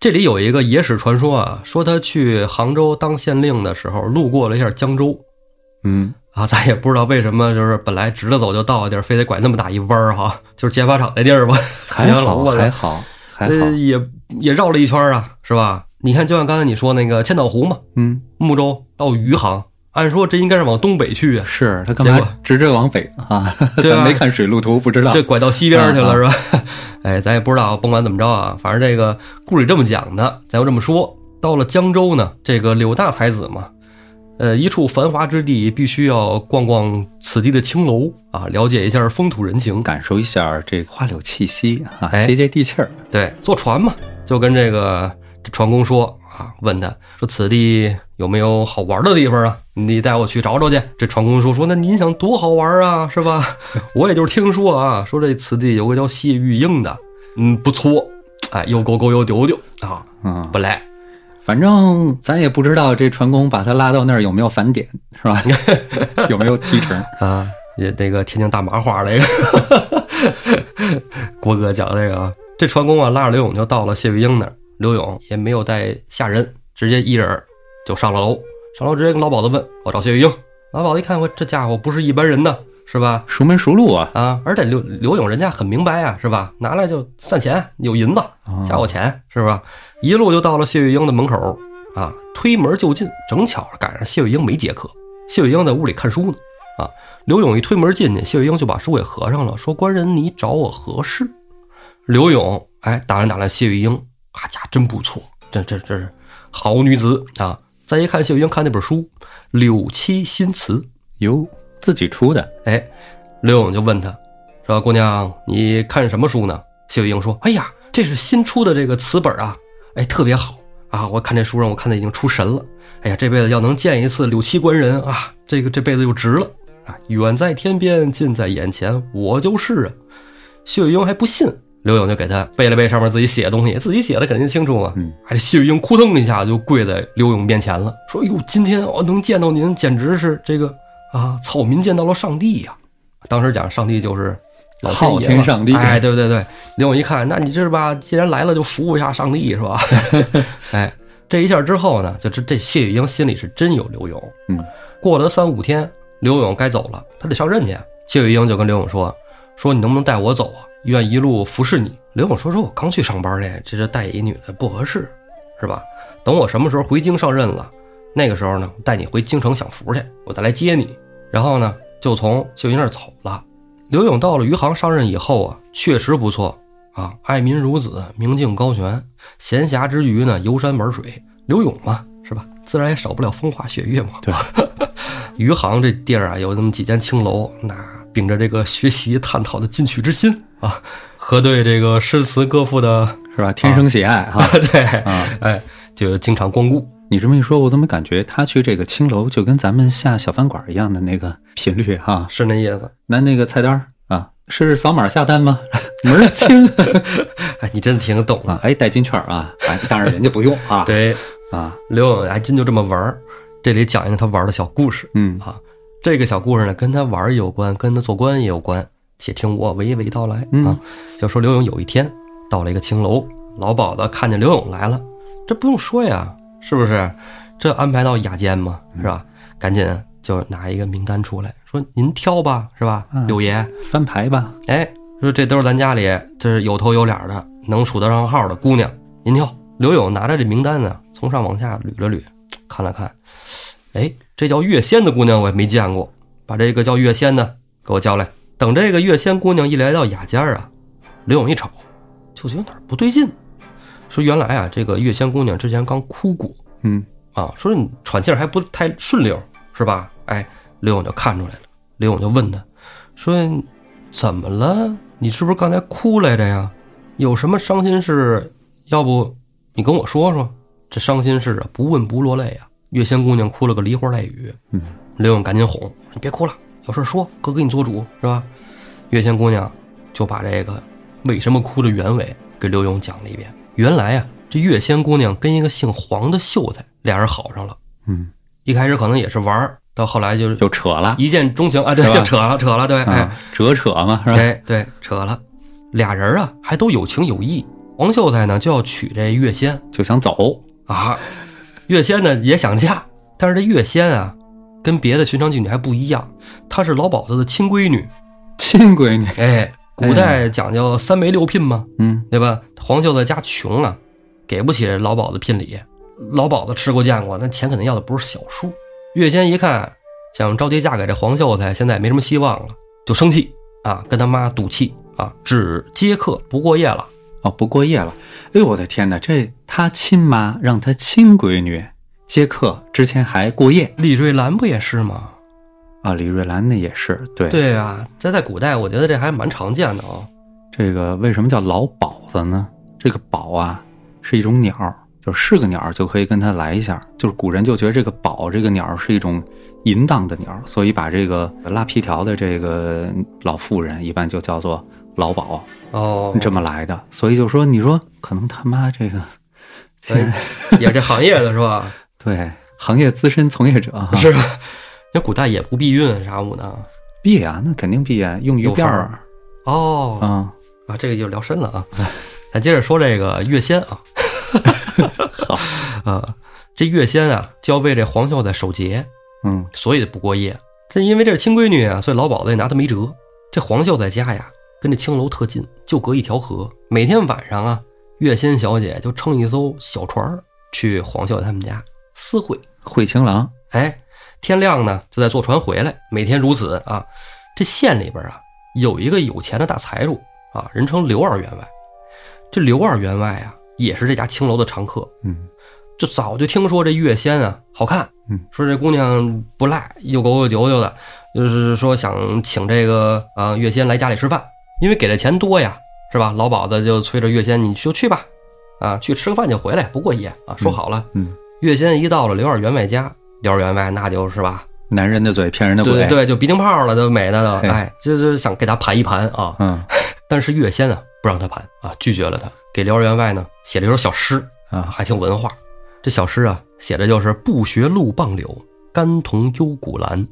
A: 这里有一个野史传说啊，说他去杭州当县令的时候，路过了一下江州
B: 嗯，
A: 啊，咱也不知道为什么，就是本来直着走就到的地儿，非得拐那么大一弯儿哈、啊 <laughs> 就是劫法场那地儿吧，
B: 还
A: 死人老
B: 好，
A: 过
B: 还
A: 来， <laughs>
B: 好，还好
A: 呃，。也也绕了一圈啊，是吧？你看，就像刚才你说那个千岛湖嘛，
B: 嗯，
A: 睦州到余杭，按说这应该是往东北去啊，
B: 是他干
A: 结果
B: 嘛直着往北啊？
A: <laughs> 对啊
B: <laughs> 咱没看水路图，不知道。啊
A: 这拐到西边去了是吧？ <laughs> 哎，咱也不知道，甭管怎么着啊，反正这个故事这么讲的，咱就这么说。到了江州呢，这个柳大才子嘛，呃，一处繁华之地，必须要逛逛此地的青楼啊，了解一下风土人情。
B: 感受一下这花柳气息啊，
A: 哎
B: 接接地气儿。
A: 对，坐船嘛，就跟这个这船工说啊问他说：“此地有没有好玩的地方啊？你带我去找找去。”这船公叔说：“那您想多好玩啊，是吧？我也就是听说啊，说这此地有个叫谢玉英的，嗯，不错，哎，又勾勾又丢丢啊，
B: 嗯，
A: 不赖。
B: 反正咱也不知道这船工把他拉到那儿有没有返点，是
A: <laughs>
B: 吧？ <laughs> 有没有提成？
A: 啊，也那个天津大麻花那个，郭哥讲那个啊，这船工啊拉着刘勇就到了谢玉英那儿，刘勇也没有带下人，直接一人儿就上了楼，上楼直接跟老鸨子问我找谢玉英，老鸨子一看我这家伙不是一般人呐，是吧？
B: 熟门熟路啊！
A: 啊，而且刘刘勇人家很明白啊，是吧？拿来就散钱，有银子，
B: 啊
A: 加我钱，是吧？一路就到了谢玉英的门口啊，推门就进，正巧赶上谢玉英没接客，谢玉英在屋里看书呢。啊，刘勇一推门进去，谢玉英就把书给合上了，说：“官人，你找我何事？”刘勇哎，打量打量谢玉英，啊家真不错，这这这是好女子啊！再一看谢玉英看那本书《柳七新词》，
B: 哟，自己出的，
A: 哎，刘勇就问他，说：“姑娘，你看什么书呢？”谢玉英说：“哎呀，这是新出的这个词本啊，哎，特别好啊！我看这书上，我看的已经出神了。哎呀，这辈子要能见一次柳七官人啊，这个这辈子就值了啊！远在天边，近在眼前，我就是啊。”谢玉英还不信，刘勇就给他背了背上面自己写的东西，自己写的肯定清楚啊。
B: 嗯，
A: 哎，谢玉英扑腾一下就跪在刘勇面前了，说：“哟，今天我、能见到您，简直是这个啊，草民见到了上帝呀、当时讲上帝就是老天爷
B: 昊
A: 嘛
B: 天上帝
A: 哎，对对对。刘勇一看，那你这吧，既然来了，就服务一下上帝是吧？ <laughs> 哎，这一下之后呢，就这这谢玉英心里是真有刘勇。
B: 嗯，
A: 过了三五天，刘勇该走了，他得上任去啊。谢玉英就跟刘勇说：“说你能不能带我走啊？愿一路服侍你。”刘勇说：“说我刚去上班嘞，这这带一女的不合适，是吧？等我什么时候回京上任了，那个时候呢，我带你回京城享福去，我再来接你。”然后呢，就从秀英那儿走了。刘勇到了余杭上任以后啊，确实不错啊，爱民如子，明镜高悬。闲暇之余呢，游山玩水。刘勇嘛，是吧？自然也少不了风花雪月嘛。
B: 对，
A: 余杭这地儿啊，有那么几间青楼，那秉着这个学习探讨的进取之心啊，和对这个诗词歌赋的， <laughs>
B: 是吧？天生喜爱哈
A: 对，
B: 啊！
A: 哎，就经常光顾。
B: 你这么一说，我怎么感觉他去这个青楼就跟咱们下小饭馆一样的那个频率哈、
A: <laughs> 是那意思，
B: 拿那个菜单儿啊，是扫码下单吗？门儿清
A: 哎，你真的挺懂啊。
B: <laughs> 啊，哎，带金券儿啊，哎，当然人家不用啊，
A: 对，
B: 啊，
A: 刘勇还真就这么玩儿。这里讲一个他玩儿的小故事。
B: 嗯
A: 啊，这个小故事呢，跟他玩儿有关，跟他做官也有关，且听我娓娓道来啊。
B: 嗯
A: 就说刘勇有一天到了一个青楼，老鸨子看见刘勇来了，这不用说呀，是不是？这安排到雅间嘛，是吧？
B: 嗯
A: 赶紧就拿一个名单出来，说您挑吧，是吧，
B: 嗯
A: 柳爷？
B: 翻牌吧，
A: 哎，说这都是咱家里这是有头有脸的，能数得上号的姑娘，您挑。刘勇拿着这名单呢，从上往下捋了捋，看了看，哎，这叫月仙的姑娘我也没见过，把这个叫月仙的给我叫来。等这个月仙姑娘一来到雅间儿啊，刘勇一瞅，就觉得哪儿不对劲，说原来啊，这个月仙姑娘之前刚哭过，
B: 嗯，
A: 啊，说你喘气儿还不太顺溜，是吧？哎，刘勇就看出来了，刘勇就问他，说怎么了？你是不是刚才哭来着呀？有什么伤心事？要不你跟我说说。这伤心事啊，不问不落泪啊。月仙姑娘哭了个梨花带雨，
B: 嗯，
A: 刘勇赶紧哄，你别哭了，有事说，哥给你做主，是吧？月仙姑娘就把这个为什么哭的原委给刘勇讲了一遍。原来啊，这月仙姑娘跟一个姓黄的秀才俩人好上了，
B: 嗯，
A: 一开始可能也是玩儿，到后来就是
B: 就扯了，
A: 一见钟情啊，对，
B: 是吧
A: 就扯了，扯了，对，哎，
B: 啊，折扯嘛，是吧？
A: 哎，对，扯了，俩人啊还都有情有义。黄秀才呢就要娶这月仙
B: 就想走，
A: 啊，月仙呢也想嫁，但是这月仙啊跟别的寻常妓女还不一样，她是老鸨子的亲闺女。
B: 亲闺女，
A: 哎，古代讲究三媒六聘嘛，
B: 嗯，
A: 对吧？黄秀才家穷啊，给不起这老鸨子聘礼，老鸨子吃过见过，那钱肯定要的不是小数。月仙一看，想着急嫁给这黄秀才，现在也没什么希望了，就生气啊，跟他妈赌气啊，只接客不过夜了。
B: 哦，不过夜了，哎呦我的天哪，这他亲妈让他亲闺女接客之前还过夜
A: 李瑞兰不也是吗？
B: 啊，李瑞兰那也是，对，
A: 对啊，这在古代我觉得这还蛮常见的啊、
B: 这个为什么叫老鸨子呢？这个鸨啊是一种鸟儿，就是个鸟儿就可以跟它来一下。就是古人就觉得这个宝这个鸟儿是一种淫荡的鸟儿，所以把这个拉皮条的这个老妇人一般就叫做老鸨，
A: 哦，
B: 这么来的。所以就说，你说可能他妈这个
A: 哎也是这行业的是 <laughs> 吧？
B: 对行业资深从业者啊
A: <laughs>
B: 哈，
A: 是吧？那古代也不避孕啥物的。
B: 必啊，那肯定必啊，用鱼
A: 有
B: 辫
A: 范
B: 儿
A: 儿哦，
B: 啊。
A: 啊，这个就聊深了啊。咱接着说这个月仙啊，好啊，这月仙啊就要为这皇后在守节，
B: 嗯，
A: 所以不过夜。这因为这是亲闺女啊，所以老鸨子也拿她没辙。这皇后在家呀，跟这青楼特近，就隔一条河。每天晚上啊，月仙小姐就乘一艘小船儿去皇后他们家私会。
B: 惠青郎，
A: 哎，天亮呢就再坐船回来，每天如此啊。这县里边啊有一个有钱的大财主啊，人称刘二员外。这刘二员外啊也是这家青楼的常客，
B: 嗯
A: 就早就听说这月仙啊好看，
B: 嗯，
A: 说这姑娘不赖，又狗又丢丢的，就是说想请这个啊月仙来家里吃饭，因为给的钱多呀，是吧？老鸨子就催着月仙，你就去吧，啊，去吃个饭就回来，不过夜啊，说好了。
B: 嗯，
A: 月仙一到了刘二员外家，刘二员外那就是吧，
B: 男人的嘴骗人的
A: 对
B: 鬼，
A: 对对，就鼻涕泡了，都美的
B: 嘿
A: 都，哎，就是想给他盘一盘啊。
B: 嗯
A: 但是月仙啊不让他盘啊，拒绝了他，给刘二员外呢写了一首小诗啊，
B: 啊，
A: 还挺文化。这小诗啊写的就是“不学路傍柳，甘同幽谷兰。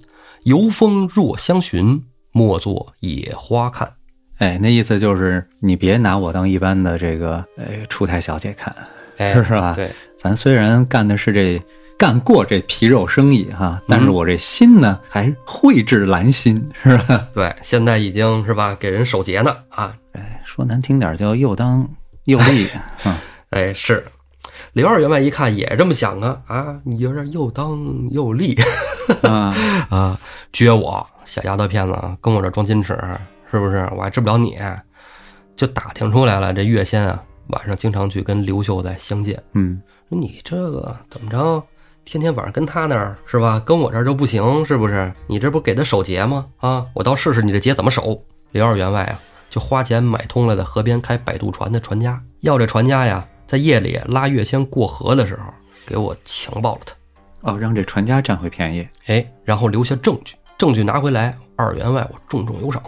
A: 游风若相寻，莫作野花看。
B: 哎，那意思就是你别拿我当一般的这个呃出台小姐看，”
A: 哎，
B: 是吧？
A: 对，
B: 咱虽然干的是这干过这皮肉生意哈，但是我这心呢还蕙质兰心，是吧？
A: 对，现在已经是吧给人守节呢啊，
B: 哎，说难听点儿叫又当又立， <laughs> 嗯，
A: 哎，是刘二员外一看也这么想啊啊，你有点又当又立
B: 啊，
A: 啊，撅我小丫头片子啊，跟我这装矜持是不是？我还治不了你，就打听出来了，这月仙啊，晚上经常去跟刘秀在相见。
B: 嗯，
A: 说你这个怎么着？天天晚上跟他那儿是吧？跟我这儿就不行，是不是？你这不给他守节吗？啊，我倒试试你这节怎么守。刘二员外啊，就花钱买通了在河边开摆渡船的船家，要这船家呀，在夜里拉月仙过河的时候，给我强暴了他。
B: 哦，让这船家占回便宜，
A: 哎，然后留下证据，证据拿回来，二员外我重重有赏。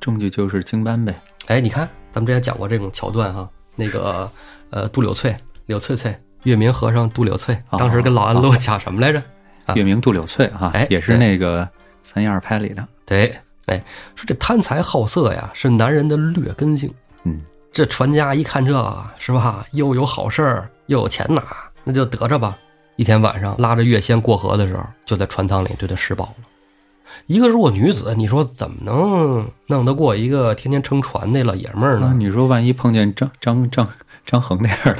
B: 证据就是经班呗，
A: 哎，你看，咱们之前讲过这种桥段哈，那个呃，杜柳翠，柳翠翠，月明和尚杜柳翠，当时跟老安乐讲什么来着？啊
B: 月明杜柳翠哈
A: 哎，
B: 也是那个三言二拍里的，
A: 对，哎，说这贪财好色呀，是男人的劣根性。
B: 嗯，
A: 这船家一看这是吧，又有好事儿，又有钱拿，那就得着吧。一天晚上拉着月仙过河的时候，就在船舱里对她施暴了。一个弱女子，你说怎么能弄得过一个天天撑船的老爷们儿呢？
B: 那啊你说万一碰见张张张张恒那样的，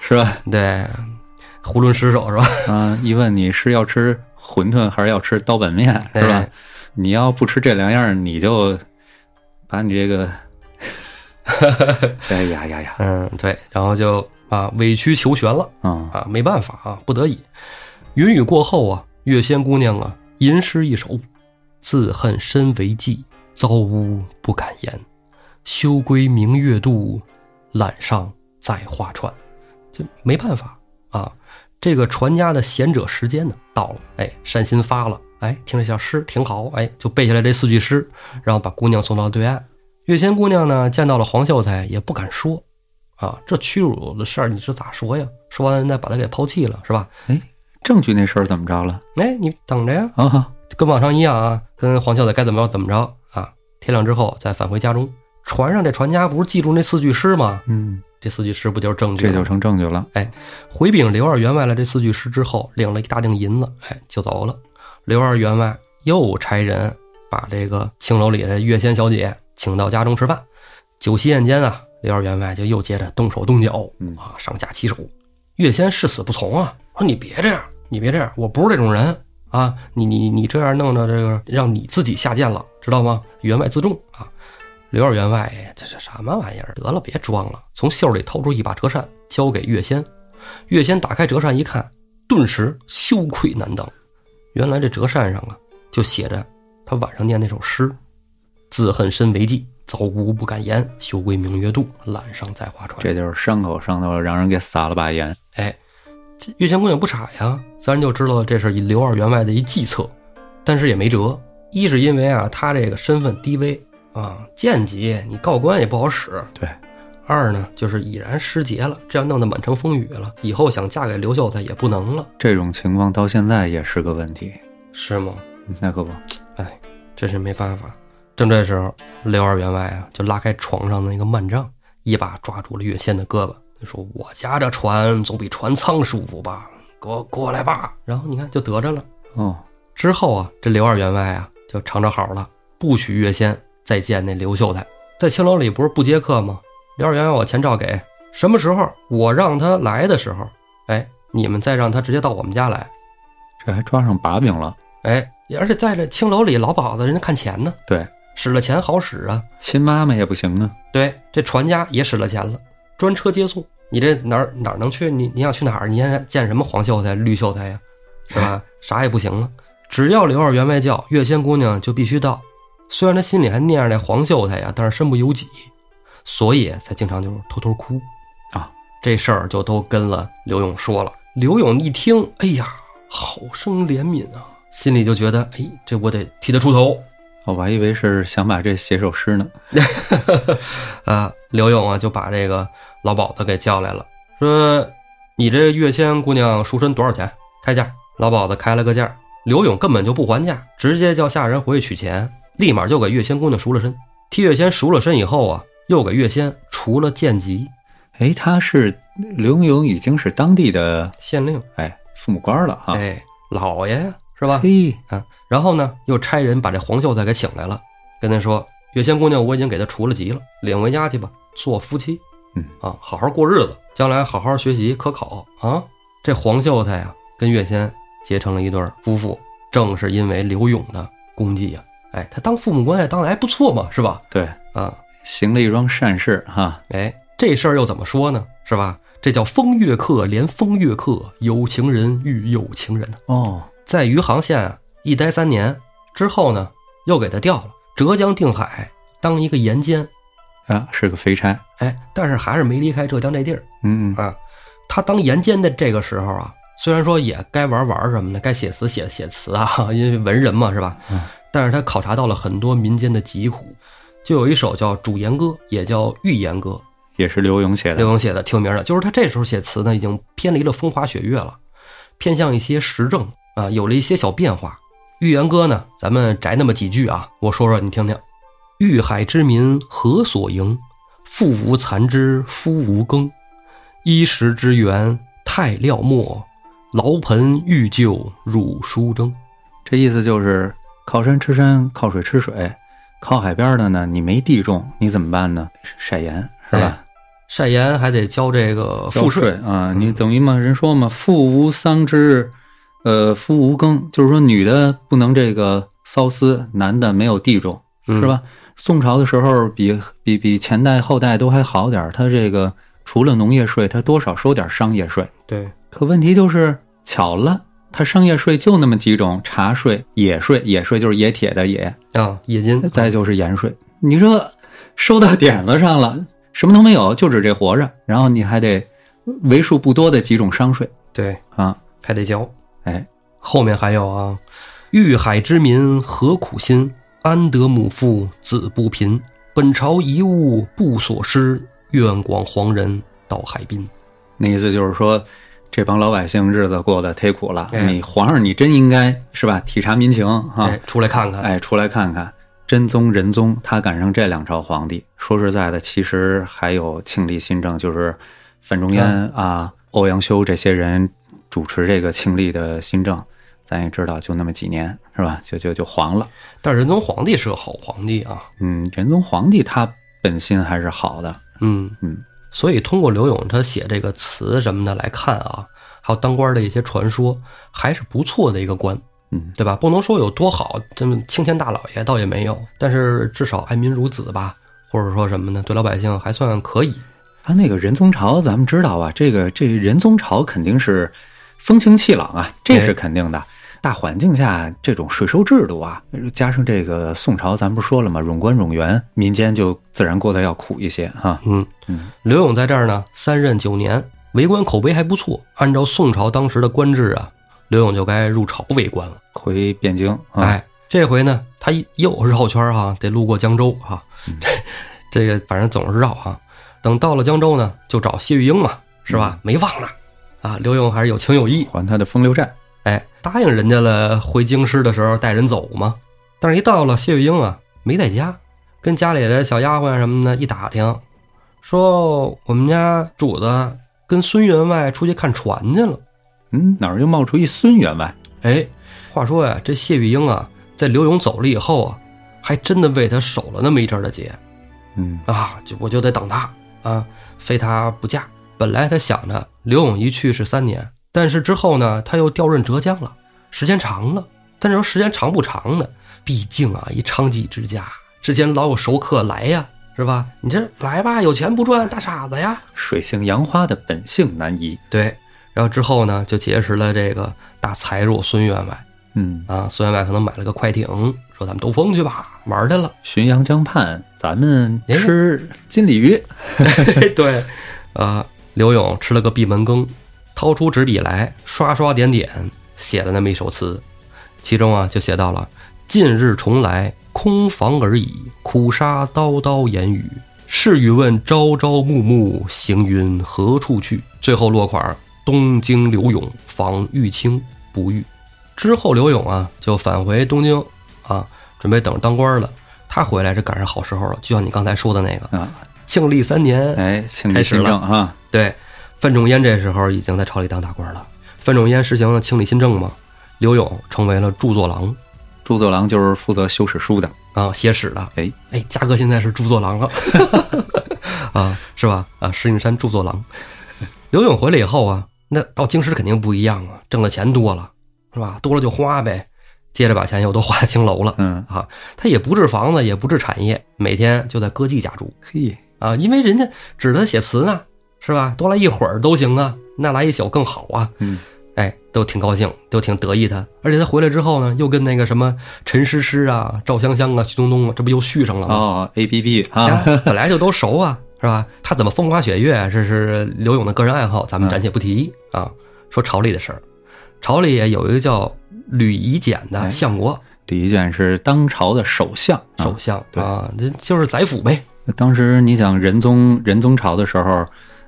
B: 是吧？
A: <laughs> 对，囫囵失手是吧？
B: 啊，一问你是要吃馄饨还是要吃刀板面，是吧
A: 哎？
B: 你要不吃这两样儿，你就把你
A: <laughs>
B: 这个，哎呀呀呀，
A: 嗯，对，然后就啊委曲求全了。
B: 嗯，
A: 啊，没办法啊，不得已。云雨过后啊，月仙姑娘啊，吟诗一首：“自恨身为妓，遭污不敢言。休归明月渡，懒上再画船。”这没办法啊，这个传家的贤者时间呢到了，哎，善心发了，哎，听这小诗挺好，哎，就背下来这四句诗，然后把姑娘送到对岸。月仙姑娘呢，见到了黄秀才也不敢说，啊，这屈辱的事儿你是咋说呀？说完再把他给抛弃了，是吧？
B: 证据那事儿怎么着了
A: 哎，你等着呀，
B: 啊？
A: 跟往常一样啊，跟黄孝子该怎么着怎么着啊。天亮之后再返回家中，船上这船家不是记住那四句诗吗？
B: 嗯，
A: 这四句诗不就是证据
B: 这
A: 吗？
B: 就成证据了。
A: 回禀刘二员外了这四句诗之后，领了一大锭银子，哎，就走了。刘二员外又差人把这个青楼里的月仙小姐请到家中吃饭。酒席宴间啊，刘二员外就又接着动手动脚
B: 嗯，
A: 啊，上下其手。月仙誓死不从啊，说你别这样，你别这样，我不是这种人啊，你你你这样弄着这个，让你自己下贱了，知道吗？员外自重啊。刘二员外，这是什么玩意儿？得了，别装了！从袖里掏出一把折扇，交给月仙，月仙打开折扇一看，顿时羞愧难当。原来这折扇上啊，就写着他晚上念那首诗：“自恨身为妓，造无不敢言，修归明月渡，懒上栽花船。
B: 这就是伤口上头让人给撒了把盐。
A: 哎，这岳仙姑娘不傻呀，咱就知道这是刘二员外的一计策，但是也没辙。一是因为啊，他这个身份低微啊，贱籍，你告官也不好使。
B: 对，
A: 二呢，就是已然失节了，这样弄得满城风雨了，以后想嫁给刘秀才也不能了，
B: 这种情况到现在也是个问题，
A: 是吗？
B: 那可不，
A: 哎，真是没办法。正这时候，刘二员外啊，就拉开床上的那个幔帐，一把抓住了月仙的胳膊，就说：“我家这船总比船舱舒服吧？给我过来吧。”然后你看就得着了。
B: 哦，
A: 之后啊，这刘二员外啊就尝着好了，不许月仙再见那刘秀才。在青楼里不是不接客吗？刘二员外我钱照给，什么时候我让他来的时候，哎，你们再让他直接到我们家来，
B: 这还抓上把柄了，
A: 哎，而且在这青楼里老鸨子人家看钱呢，
B: 对，
A: 使了钱好使啊。
B: 亲妈妈也不行啊，
A: 对，这船家也使了钱了，专车接送。你这哪儿哪儿能去？你你想去哪儿？你现在见什么黄秀才、绿秀才呀，是吧？啥也不行了。只要刘二员外叫，月仙姑娘就必须到。虽然她心里还念着那黄秀才呀，但是身不由己，所以才经常就是偷偷哭
B: 啊。
A: 这事儿就都跟了刘勇说了。刘勇一听，哎呀，好生怜悯啊，心里就觉得，哎，这我得替他出头。
B: 哦我还以为是想把这写首诗呢，
A: <laughs> 啊，刘勇啊就把这个老鸨子给叫来了，说：“你这月仙姑娘赎身多少钱？开价。”老鸨子开了个价，刘勇根本就不还价，直接叫下人回去取钱，立马就给月仙姑娘赎了身。替月仙赎了身以后啊，又给月仙除了贱籍、
B: 哎，他是刘勇已经是当地的
A: 县令，
B: 哎父母官了哈，
A: 哎，老爷呀，是吧？
B: 嘿，
A: 然后呢，又差人把这黄秀才给请来了，跟他说：“月仙姑娘，我已经给她除了籍了，领回家去吧，做夫妻，
B: 嗯
A: 啊，好好过日子，将来好好学习，科考啊。”这黄秀才啊，跟月仙结成了一对儿夫妇，正是因为刘勇的功绩呀、哎，他当父母官也当的还不错嘛，是吧？
B: 对，
A: 啊，
B: 行了一桩善事哈，
A: 哎，这事儿又怎么说呢？是吧？这叫风月客连风月客，有情人遇有情人呐
B: 哦，
A: 在余杭县啊一待三年之后呢，又给他调了浙江定海当一个盐监，
B: 啊，是个肥差，
A: 哎，但是还是没离开浙江这地儿
B: 嗯，
A: 啊。他当盐监的这个时候啊，虽然说也该玩玩什么的，该写词写写词啊，因为文人嘛是吧
B: 嗯？
A: 但是他考察到了很多民间的疾苦，就有一首叫《主盐歌》，也叫《寓盐歌》，
B: 也是刘勇写
A: 刘
B: 的，
A: 勇写的，挺有名的。就是他这时候写词呢，已经偏离了风花雪月了，偏向一些时政啊，有了一些小变化。寓言歌呢，咱们摘那么几句啊，我说说你听听。欲海之民何所营？妇无蚕之夫无耕，衣食之源太料末，劳盆欲就乳书蒸。
B: 这意思就是靠山吃山，靠水吃水，靠海边的呢，你没地种，你怎么办呢？晒盐是吧？
A: 晒盐还得交这个
B: 赋
A: 赋税，嗯
B: 啊，你等于嘛？人说嘛，妇无桑之，呃，夫无耕，就是说女的不能这个缫丝，男的没有地种，
A: 嗯
B: 是？吧？宋朝的时候比比比前代后代都还好点儿，他这个除了农业税，他多少收点商业税。
A: 对，
B: 可问题就是巧了，他商业税就那么几种：茶税、野税，野税就是冶铁的冶，
A: 啊，冶金，
B: 再就是盐税。你这收到点子上了，什么都没有，就指这活着，然后你还得为数不多的几种商税
A: 对，
B: 啊！
A: 还得交。
B: 哎，
A: 后面还有啊，欲海之民何苦心？安得母父子不贫？本朝遗物不所失，愿广黄人到海滨。
B: 那意思就是说，这帮老百姓日子过得忒苦了。
A: 哎
B: 你皇上，你真应该是吧？体察民情啊
A: 哎！，出来看看。
B: 哎，出来看看。真宗、仁宗，他赶上这两朝皇帝，说实在的，其实还有庆历新政，就是范仲淹啊、欧阳修这些人主持这个庆历的新政，咱也知道，就那么几年，是吧？就就就黄了。
A: 但仁宗皇帝是个好皇帝啊，
B: 嗯，仁宗皇帝他本心还是好的，
A: 嗯
B: 嗯。
A: 所以通过刘永他写这个词什么的来看啊，还有当官的一些传说，还是不错的一个官，
B: 嗯，
A: 对吧？不能说有多好，这么青天大老爷倒也没有，但是至少爱民如子吧，或者说什么呢，对老百姓还算可以。
B: 他那个仁宗朝，咱们知道啊，这个这仁宗朝肯定是风清气朗啊，这是肯定的。大环境下这种税收制度啊，加上这个宋朝，咱不是说了吗？冗官冗员，民间就自然过得要苦一些哈、
A: 嗯
B: 嗯，
A: 刘永在这儿呢，三任九年，为官口碑还不错。按照宋朝当时的官制啊，刘永就该入朝为官了。
B: 回汴京啊，
A: 哎，这回呢，他又绕圈儿哈、得路过江州哈、这这个反正总是绕哈、等到了江州呢，就找谢玉英嘛，是吧？没忘呢，啊，刘永还是有情有义，
B: 还他的风流债。
A: 哎，答应人家了，回京师的时候带人走嘛。但是，一到了谢玉英啊，没在家，跟家里的小丫鬟啊什么的一打听，说我们家主子跟孙员外出去看船去了。
B: 嗯，哪儿又冒出一孙员外？
A: 哎，话说呀，这谢玉英啊，在刘勇走了以后啊，还真的为他守了那么一阵儿的节
B: 嗯，
A: 啊，就我就得等他啊，非他不嫁。本来他想着刘勇一去是三年，但是之后呢，他又调任浙江了，时间长了。但是说时间长不长呢？毕竟啊，一娼妓之家之间老有熟客来呀，是吧？你这来吧，有钱不赚，大傻子呀。
B: 水性杨花的本性难移。
A: 对，然后之后呢，就结识了这个大财主孙员外。
B: 嗯，
A: 啊，孙员外可能买了个快艇，说咱们兜风去吧，玩儿去了。
B: 浔阳江畔，咱们
A: 哎
B: 吃金鲤鱼。
A: 对，啊，刘勇吃了个闭门羹，掏出纸笔来，刷刷点点写了那么一首词，其中啊就写到了“近日重来，空房而已，苦沙叨叨言语，是与问朝朝暮暮，行云何处去？”最后落款儿“东京刘勇，访玉清不遇”。之后，刘勇啊就返回东京啊，准备等着当官儿了。他回来是赶上好时候了，就像你刚才说的那个，
B: 啊，
A: 庆历三年，
B: 哎，请你
A: 开始
B: 新
A: 了
B: 政啊，
A: 对，范仲淹这时候已经在朝里当大官了。范仲淹实行了清理新政嘛，刘永成为了著作郎
B: 朱作郎就是负责修史书的。
A: 啊，写史的。
B: 哎，
A: 哎，嘉哥现在是著作郎了， <laughs> 啊，是吧？啊，石景山著作郎。刘永回来以后啊，那到京师肯定不一样啊，挣的钱多了，是吧？多了就花呗，接着把钱又都花在 <laughs> 青楼了。
B: 嗯，
A: 啊，他也不置房子，也不置产业，每天就在歌妓家住。
B: 嘿，
A: 啊，因为人家指着写词呢，是吧？多来一会儿都行啊，那来一宿更好啊。
B: 嗯，
A: 哎，都挺高兴，都挺得意他。而且他回来之后呢，又跟那个什么陈诗诗啊、赵香香啊、徐冬冬啊，这不又续上了吗？
B: 哦，A B B
A: 啊
B: 啊，，
A: 本来就都熟啊，是吧？他怎么风花雪月，啊这是刘勇的个人爱好，
B: 嗯
A: 咱们暂且不提啊。说朝里的事儿，朝里也有一个叫吕夷简的
B: 哎
A: 相国
B: 李一卷是当朝的首相。啊
A: 首相
B: 对
A: 啊，这就是宰辅呗。
B: 当时你想仁宗仁宗朝的时候，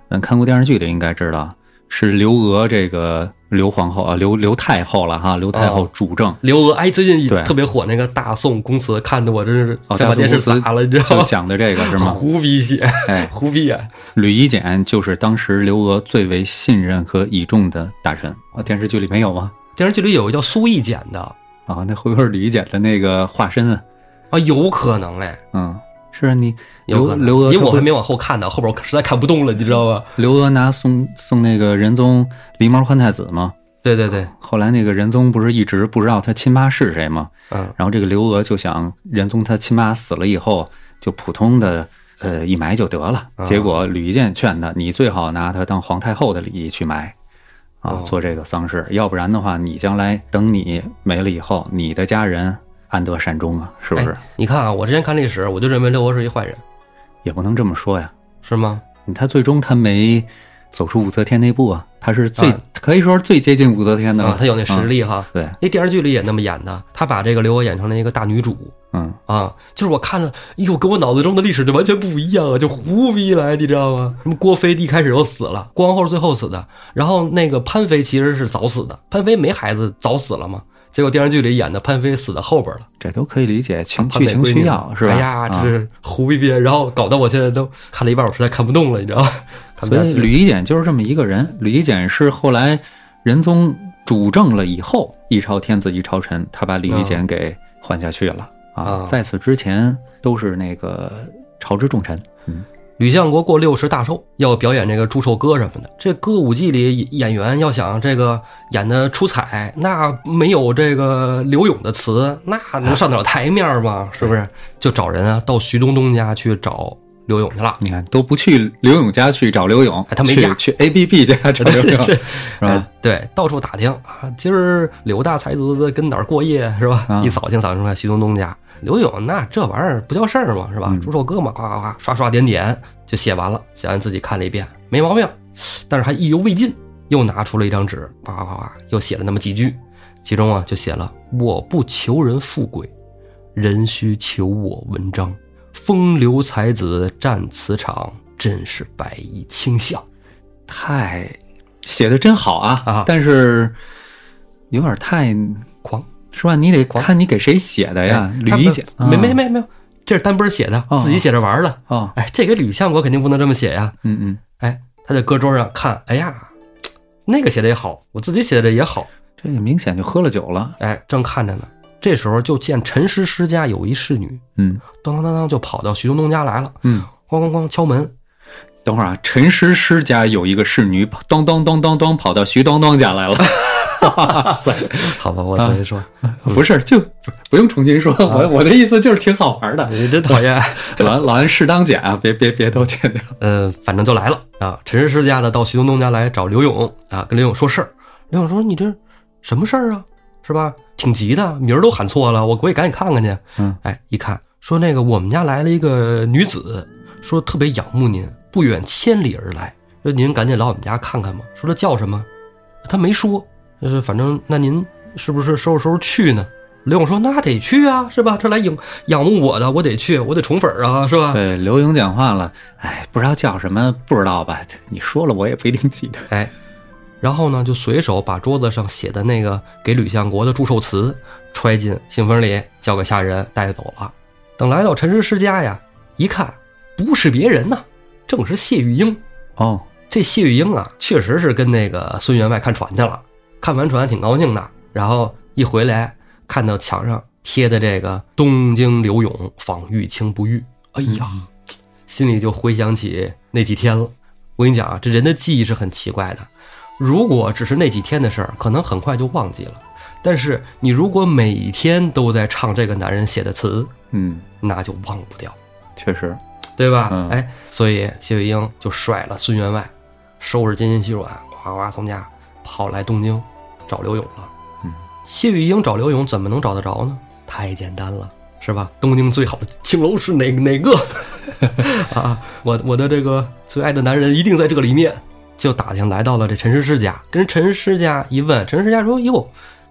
B: 嗯，看过电视剧的应该知道，是刘娥这个刘皇后啊，刘刘太后了哈，刘太后
A: 哦
B: 主政。
A: 刘娥，哎，最近也
B: 对
A: 特别火那个《大宋宫词》，看的我真是
B: 哦
A: 想把电视砸了，你知道
B: 就
A: 吗？哦
B: 讲的这个是吗？
A: <laughs> 胡逼写，
B: 哎，
A: <laughs> 胡逼演，
B: 吕夷简就是当时刘娥最为信任和倚重的大臣啊。电视剧里没有吗？
A: 电视剧里有个叫苏易简的
B: 啊，那会不会是吕夷简的那个化身啊？
A: 啊，有可能嘞，
B: 嗯，是啊，你
A: 有
B: 刘
A: 可能，
B: 刘娥
A: 因为我
B: 她
A: 还
B: 不
A: 没往后看呢，后边我实在看不动了，你知道吧？
B: 刘娥拿送送那个仁宗狸猫换太子吗？
A: 对对对，
B: 后来那个仁宗不是一直不知道他亲妈是谁吗？
A: 嗯，
B: 然后这个刘娥就想，仁宗他亲妈死了以后，就普通的呃一埋就得了
A: 啊。
B: 结果吕夷简劝他，你最好拿他当皇太后的礼仪去埋，啊
A: 哦，
B: 做这个丧事，要不然的话，你将来等你没了以后，你的家人安得善终啊？是不是？
A: 你看啊，我之前看历史，我就认为刘娥是一坏人，
B: 也不能这么说呀。
A: 是吗？
B: 他最终他没走出武则天那步啊，他是最、
A: 啊
B: 可以说是最接近武则天的了。
A: 啊，她有那实力哈，
B: 对，
A: 那电视剧里也那么演的，她把这个刘娥演成了一个大女主。
B: 嗯，
A: 啊，就是我看了，哎呦，跟我脑子中的历史就完全不一样啊，就胡逼来，你知道吗？什么郭妃一开始又死了，光后是最后死的，然后那个潘妃其实是早死的，潘妃没孩子早死了嘛，结果电视剧里演的潘妃死在后边了，
B: 这都可以理解，情
A: 潘
B: 剧
A: 妃
B: 情
A: 闺
B: 需
A: 女
B: 要是吧？
A: 哎呀，这
B: 啊
A: 是胡逼逼，然后搞得我现在都看了一半，我实在看不动了，你知道吗？ <laughs> 看不
B: 所
A: 下
B: 以
A: 去
B: 吕夷简就是这么一个人。吕夷简是后来仁宗主政了以后，一朝天子一朝臣，他把吕夷简给换下去了、
A: 啊
B: 啊。在此之前都是那个朝之重臣。
A: 吕相国过六十大寿，要表演这个祝寿歌什么的。这歌舞伎里演员要想这个演的出彩，那没有这个刘勇的词，那能上得了台面吗？是不是？就找人啊，到徐冬冬家去找刘勇去了。
B: 你看都不去刘勇家去找刘勇，
A: 哎他没
B: 去
A: 家
B: 去 A B B 家找刘勇，是
A: 哎
B: 吧？
A: 对，到处打听啊，今儿刘大才子跟哪儿过夜是吧？
B: 啊
A: 一扫清扫清出来徐东东家，刘勇那这玩意儿不叫事儿嘛是吧？
B: 嗯
A: 猪肉哥嘛，呱呱呱，刷刷点点就写完了，写完自己看了一遍，没毛病，但是还意犹未尽，又拿出了一张纸，呱呱呱呱，又写了那么几句，其中啊就写了“我不求人富贵，人须求我文章。风流才子占此场，真是白衣卿相。”
B: 太写的真好啊，
A: 啊
B: 但是有点太
A: 狂。
B: 是吧？你得看你给谁写的呀，
A: 哎
B: 啊捋一下。
A: 他们没没
B: 没
A: 没没有，这是单本写的
B: 哦，
A: 自己写着玩儿的。
B: 哦，
A: 哎，这给吕相国肯定不能这么写呀。
B: 嗯嗯，
A: 哎，他在搁桌上看，哎呀，那个写的也好，我自己写的也好。
B: 这也明显就喝了酒了。
A: 哎，正看着呢，这时候就见陈师师家有一侍女，
B: 嗯
A: 当当当当就跑到徐东东家来了，
B: 嗯，
A: 咣咣咣敲门。
B: 等会儿啊，陈诗诗家有一个侍女，咚咚咚咚咚跑到徐咚咚家 <laughs> 来了。哇塞，
A: <laughs>
B: 啊
A: 好吧，我重新说，
B: 不是，就不不用重新说，我我的意思就是挺好玩的。
A: 你真讨厌。
B: 老老安适当剪啊，别别别都剪掉。
A: 呃，反正就来了啊。陈师师家的到徐东东家来找刘勇啊，跟刘勇说事儿。刘勇说：“你这什么事儿啊？是吧？挺急的，名儿都喊错了，我过去赶紧看看去。”
B: 嗯，
A: 哎，一看说那个我们家来了一个女子，说特别仰慕您，不远千里而来，说您赶紧来我们家看看吧。说这叫什么？他没说，就是反正那您是不是收拾收拾去呢？刘勇说：“那得去啊，是吧？这来仰仰慕我的，我得去，我得宠粉儿啊，是吧？”
B: <laughs> 对，刘英讲话了，哎，不知道叫什么，不知道吧？你说了，我也不一定记得。
A: 哎，然后呢，就随手把桌子上写的那个给吕相国的祝寿词揣进信封里，交给下人带走了。等来到陈师师家呀，一看不是别人呐，正是谢玉英。
B: 哦，
A: 这谢玉英啊，确实是跟那个孙员外看船去了，看完船挺高兴的，然后一回来看到墙上贴的这个“东京刘勇访玉清不遇”，哎呀，心里就回想起那几天了。我跟你讲啊，这人的记忆是很奇怪的，如果只是那几天的事儿，可能很快就忘记了。但是你如果每天都在唱这个男人写的词，
B: 嗯，
A: 那就忘不掉。
B: 确实，
A: 对吧？
B: 嗯
A: 哎，所以谢玉英就甩了孙员外，收拾金银细软，呱呱呱从家跑来东京找刘勇了。
B: 嗯，
A: 谢玉英找刘勇怎么能找得着呢？太简单了，是吧？东京最好的青楼是哪哪个？ <laughs> 啊，我我的这个最爱的男人一定在这里面。就打听来到了这陈师师家，跟陈师家一问，陈师家说：“哟，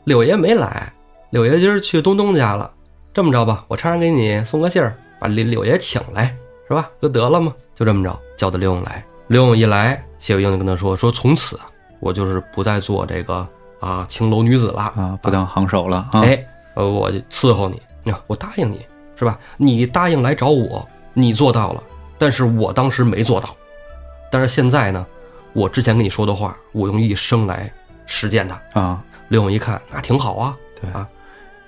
A: 柳爷没来，柳爷今儿去东东家了。这么着吧，我差人给你送个信儿，把柳柳爷请来，是吧？不就得了吗？就这么着，叫的刘勇来。刘勇一来，谢有英就跟他说：说从此啊，我就是不再做这个啊青楼女子了。
B: 啊，不当行手了啊。
A: 哎，呃，我就伺候你，呀我答应你，是吧？你答应来找我，你做到了，但是我当时没做到。但是现在呢，我之前跟你说的话，我用一生来实践它。
B: 啊，
A: 刘勇一看，那挺好啊，
B: 对
A: 啊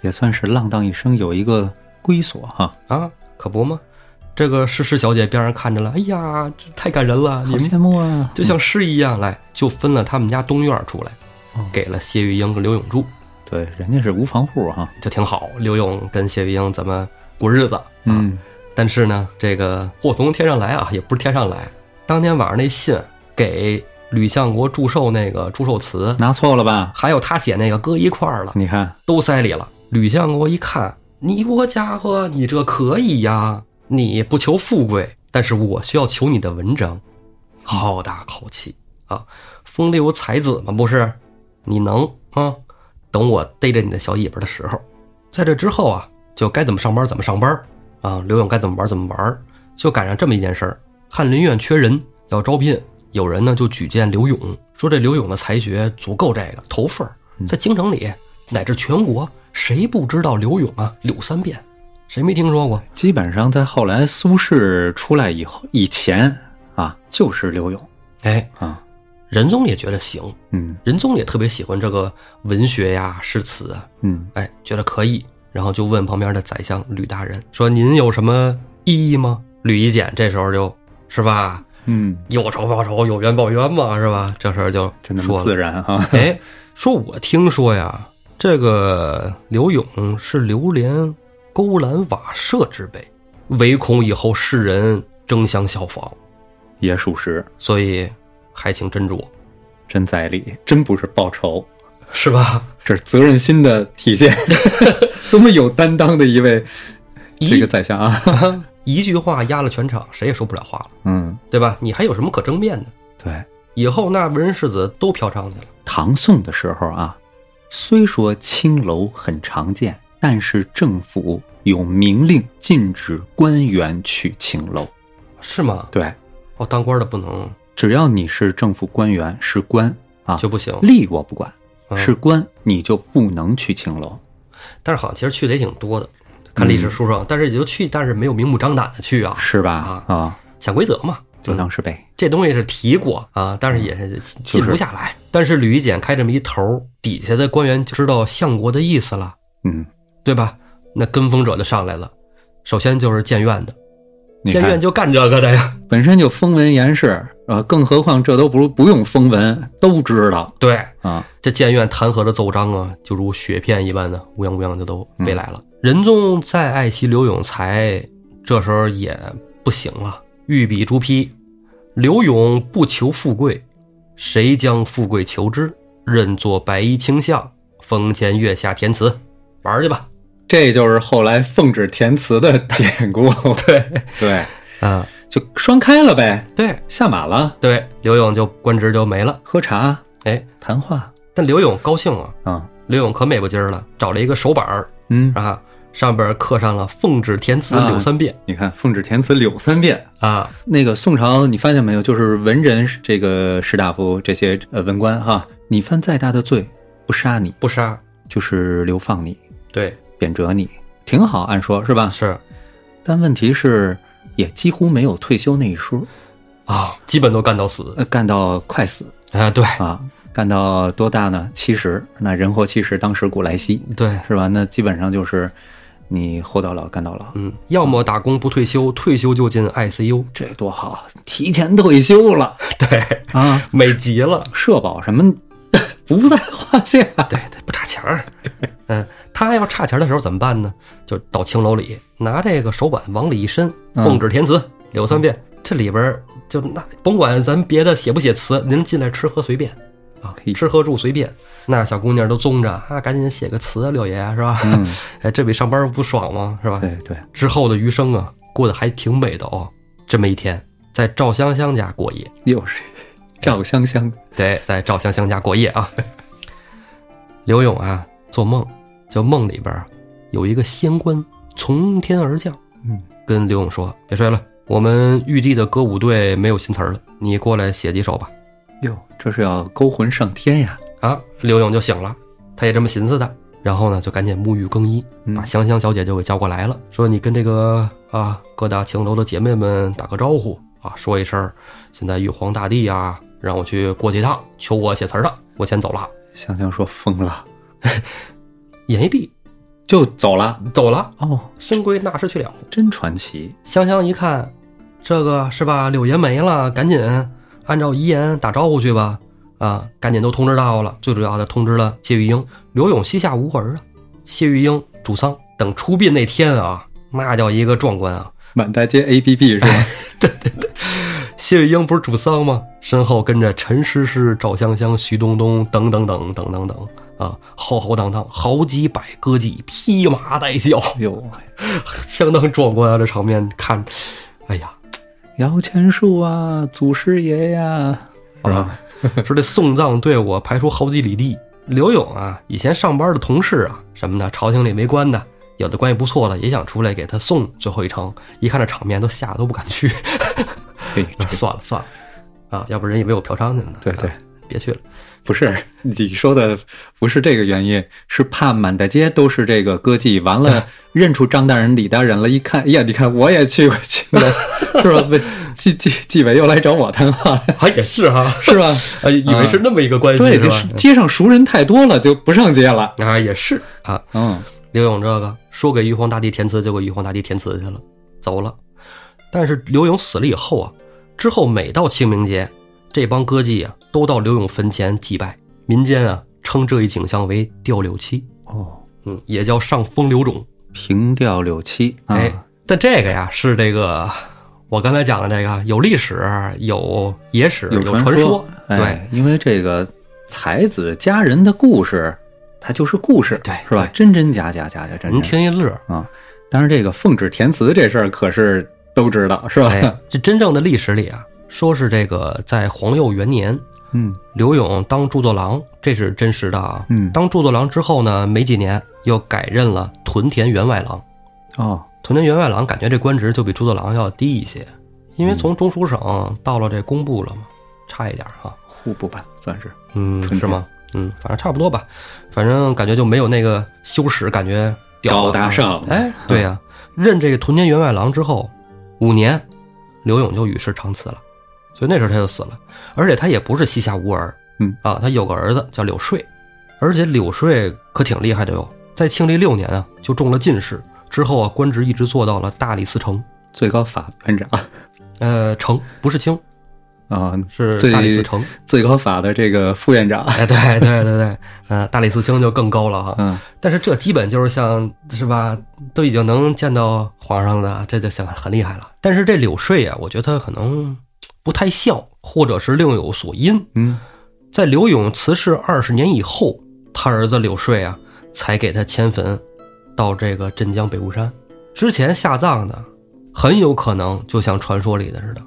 B: 也算是浪荡一生有一个归所哈。
A: 啊，可不嘛。这个诗诗小姐边上看着了，哎呀，这太感人了，你
B: 好
A: 们
B: 羡慕啊！
A: 就像诗一样来，就分了他们家东院儿出来
B: 哦，
A: 给了谢玉英跟刘勇住，
B: 嗯对，人家是无房啊户哈。
A: 就挺好。刘勇跟谢玉英怎么过日子啊？
B: 嗯，
A: 但是呢，这个祸从天上来啊，也不是天上来。当天晚上那信给吕相国祝寿那个祝寿词，
B: 拿错了吧？
A: 还有他写那个搁一块儿了，
B: 你看，
A: 都塞里了。吕相国一看，你我家伙，你这可以呀！你不求富贵，但是我需要求你的文章。好大口气啊！风流才子嘛，不是？你能啊？等我逮着你的小尾巴的时候，在这之后啊，就该怎么上班怎么上班啊，刘勇该怎么玩怎么玩，就赶上这么一件事儿：翰林院缺人，要招聘，有人呢就举荐刘勇，说这刘勇的才学足够这个头份儿，在京城里乃至全国，谁不知道刘勇啊？柳三变，谁没听说过？
B: 基本上在后来苏轼出来以后以前啊，就是刘勇
A: 哎，
B: 啊。
A: 仁宗也觉得行，
B: 嗯
A: 仁宗也特别喜欢这个文学呀、诗词啊，
B: 嗯，
A: 哎，觉得可以，然后就问旁边的宰相吕大人说：“您有什么异议吗？”吕夷简这时候就是吧，
B: 嗯，
A: 有仇报仇，有冤报冤嘛，是吧？这事儿就
B: 就那么
A: 说
B: 自
A: 了，
B: 然哈、啊。
A: 哎，说我听说呀，这个刘勇是流连勾栏瓦舍之辈，唯恐以后世人争相效仿，
B: 也属实，
A: 所以还请斟酌，
B: 真在理，真不是报仇，
A: 是吧？
B: 这是责任心的体 <laughs> 现。多么有担当的一位
A: 一
B: <laughs> 这个宰相啊！ <laughs>
A: 一句话压了全场，谁也说不了话了，
B: 嗯，
A: 对吧？你还有什么可争辩的？
B: 对，
A: 以后那文人世子都飘上去了。
B: 唐宋的时候啊，虽说青楼很常见，但是政府有明令禁止官员去青楼。
A: 是吗？
B: 对，
A: 哦，当官的不能
B: 只要你是政府官员，是官啊，
A: 就不行。
B: 吏我不管，
A: 嗯
B: 是官你就不能去青楼。
A: 但是好像其实去的也挺多的，看历
B: 嗯
A: 史书上，但是也就去，但是没有明目张胆的去啊，
B: 是吧？
A: 啊
B: 啊、
A: 潜规则嘛。嗯
B: 就当是呗。
A: 这东西是提过啊，但是也是
B: 就
A: 禁
B: 是
A: 不下来。但是吕夷简开这么一头儿，底下的官员就知道相国的意思了，
B: 嗯，
A: 对吧？那跟风者就上来了，首先就是建院的，
B: 你
A: 建院
B: 看，
A: 就干这个的呀。
B: 本身就风闻言事，啊，更何况这都不不用风闻，都知道
A: 对，
B: 啊。
A: 这建院弹劾的奏章啊，就如雪片一般的乌泱乌泱就都飞来了。仁宗再爱惜刘永才，这时候也不行了，御笔朱批：“刘永不求富贵，谁将富贵求之？任作白衣卿相，风前月下填词，玩儿去吧。
B: 这就是后来奉旨填词的典
A: <laughs>
B: 故。对对，”
A: 啊，
B: 就双开了呗，
A: 对
B: 下马了，
A: 对，刘永就官职就没了。
B: 喝茶
A: 哎，
B: 谈话
A: 但刘永高兴啊，
B: 啊，
A: 刘永可美不劲儿了，找了一个手板儿
B: 嗯，
A: 啊，上边刻上了“奉旨填词
B: 啊
A: 柳三变
B: 你看奉旨填词柳三变。”
A: 啊
B: 那个宋朝，你发现没有？就是文人这个士大夫这些呃文官哈，你犯再大的罪，不杀你
A: 不杀，
B: 就是流放你、
A: 对，
B: 贬谪你，挺好，按说是吧？
A: 是
B: 但问题是，也几乎没有退休那一说，
A: 啊，基本都干到死
B: 呃，干到快死
A: 啊，对
B: 啊，干到多大呢？七十，那人活七十，当时古来稀，
A: 对，
B: 是吧？那基本上就是你活到老，干到老，
A: 嗯，要么打工不退休，退休就进 ICU，
B: 这多好，提前退休了
A: 对，
B: 啊，
A: 美极了，
B: 社保什么 <laughs> 不在话下。
A: 对，他不差钱儿，嗯，他要差钱儿的时候怎么办呢？就到青楼里拿这个手板往里一伸，
B: 嗯
A: 奉旨填词，柳三变，这里边儿就那甭管咱别的写不写词，您进来吃喝随便。啊
B: 嘿，
A: 吃喝住随便，那小姑娘都宗着啊，赶紧写个词啊，六爷是吧？
B: 嗯，
A: 哎，这比上班不爽吗？是吧？
B: <laughs> 对对，
A: 之后的余生啊，过得还挺美的哦。这么一天，在赵香香家过夜，
B: 又是赵香香，
A: 对，在赵香香家过夜啊。 <laughs> 刘勇啊，做梦，就梦里边啊有一个仙官从天而降，
B: 嗯，
A: 跟刘勇说：“别睡了，我们玉帝的歌舞队没有新词儿了，你过来写几首吧。
B: 哟，这是要勾魂上天呀！”
A: 啊，刘勇就醒了，他也这么寻思的，然后呢，就赶紧沐浴更衣，
B: 嗯
A: 把香香小姐就给叫过来了，说你跟这个啊各大青楼的姐妹们打个招呼啊，说一声，现在玉皇大帝啊让我去过去一趟，求我写词儿了，我先走了。
B: 香香说疯了，
A: 眼一闭，
B: 就走了。
A: 走了，
B: 哦，
A: 深闺纳士去了。
B: 真传奇。
A: 香香一看，这个是吧，柳爷没了，赶紧按照遗言打招呼去吧。啊，赶紧都通知到了，最主要的通知了谢玉英。刘永膝下无儿啊，谢玉英主丧。等出殡那天啊，那叫一个壮观啊！
B: 满大街 A P P 是吧？
A: 谢玉英不是主丧吗？身后跟着陈诗诗、赵香香、徐冬冬等等等等等等啊，浩浩荡荡，好几百歌妓披麻戴孝，
B: <laughs> 哟，
A: 相当壮观啊！这场面看，哎呀，
B: 摇钱树啊，祖师爷呀、 <laughs> 是吧？
A: 啊说这送葬队伍排出好几里地。刘勇啊，以前上班的同事啊什么的，朝廷里没官的，有的关系不错的，也想出来给他送最后一程。一看这场面，都吓得都不敢去， <laughs>
B: 嘿，这
A: 算了算了，啊，要不人以为我嫖娼去了呢。
B: 嗯对对
A: 啊，别去了。
B: 不是 <laughs> 你说的，不是这个原因，是怕满大街都是这个歌妓，完了认出张大人、李大人了，一看，哎呀，你看我也去过青楼， <laughs> 是吧？被纪纪纪委又来找我谈话了，
A: 啊，也是
B: <laughs>
A: 哈、<laughs>
B: 是吧？
A: 啊，以为是那么一个关系、
B: 对，
A: 是
B: 就是
A: 吧？
B: 街上熟人太多了，就不上街了。
A: 啊，也是啊。
B: 嗯，
A: 刘勇这个说给玉皇大帝填词，就给玉皇大帝填词去了，走了。但是刘勇死了以后啊，之后每到清明节，这帮歌妓啊都到刘勇坟前祭拜，民间啊称这一景象为“吊柳七
B: 哦，”，
A: 嗯，也叫上风流冢。哎
B: 凭吊柳七，啊
A: 哎，，但这个呀是这个我刚才讲的这个有历史、有野史、有
B: 传
A: 说，对
B: 哎，因为这个才子佳人的故事，它就是故事，
A: 对
B: 是吧？
A: 对
B: 真真假假，假假真
A: 您
B: 真
A: 听一
B: <laughs>
A: 乐。
B: 啊。当然，这个奉旨填词这事儿可是都知道，是吧？ <laughs>
A: 哎，这真正的历史里啊，说是这个在皇佑元年，
B: 嗯
A: 刘永当著作郎，这是真实的啊。
B: 嗯，
A: 当著作郎之后呢，没几年又改任了屯田员外郎。
B: 哦，
A: 屯田员外郎感觉这官职就比著作郎要低一些，因为从中书省到了这工部了嘛，差一点哈、
B: 户部吧，算是。
A: 嗯
B: 屯，田
A: 是吗？嗯，反正差不多吧，反正感觉就没有那个修史感觉屌
B: 高
A: 了
B: 大上
A: 哎，对呀、任这个屯田员外郎之后，五年，刘永就与世长辞了，所以那时候他就死了。而且他也不是膝下无儿，
B: 嗯
A: 啊，他有个儿子叫柳税，而且柳税可挺厉害的哟，在庆历六年啊就中了进士，之后啊官职一直做到了大理寺丞，
B: 最高法班长
A: 呃，丞不是卿，
B: 啊，
A: 是
B: 最
A: 大理寺丞。
B: 最高法的这个副院长，
A: 哎，对对对对，呃，大理寺卿就更高了哈。
B: 嗯，
A: 但是这基本就是像是吧，都已经能见到皇上了，这就显得很厉害了。但是这柳睡啊，我觉得他可能不太孝，或者是另有所因。
B: 嗯，
A: 在刘永辞世二十年以后，他儿子柳睡啊才给他迁坟到这个镇江北固山。之前下葬的，很有可能就像传说里的似的，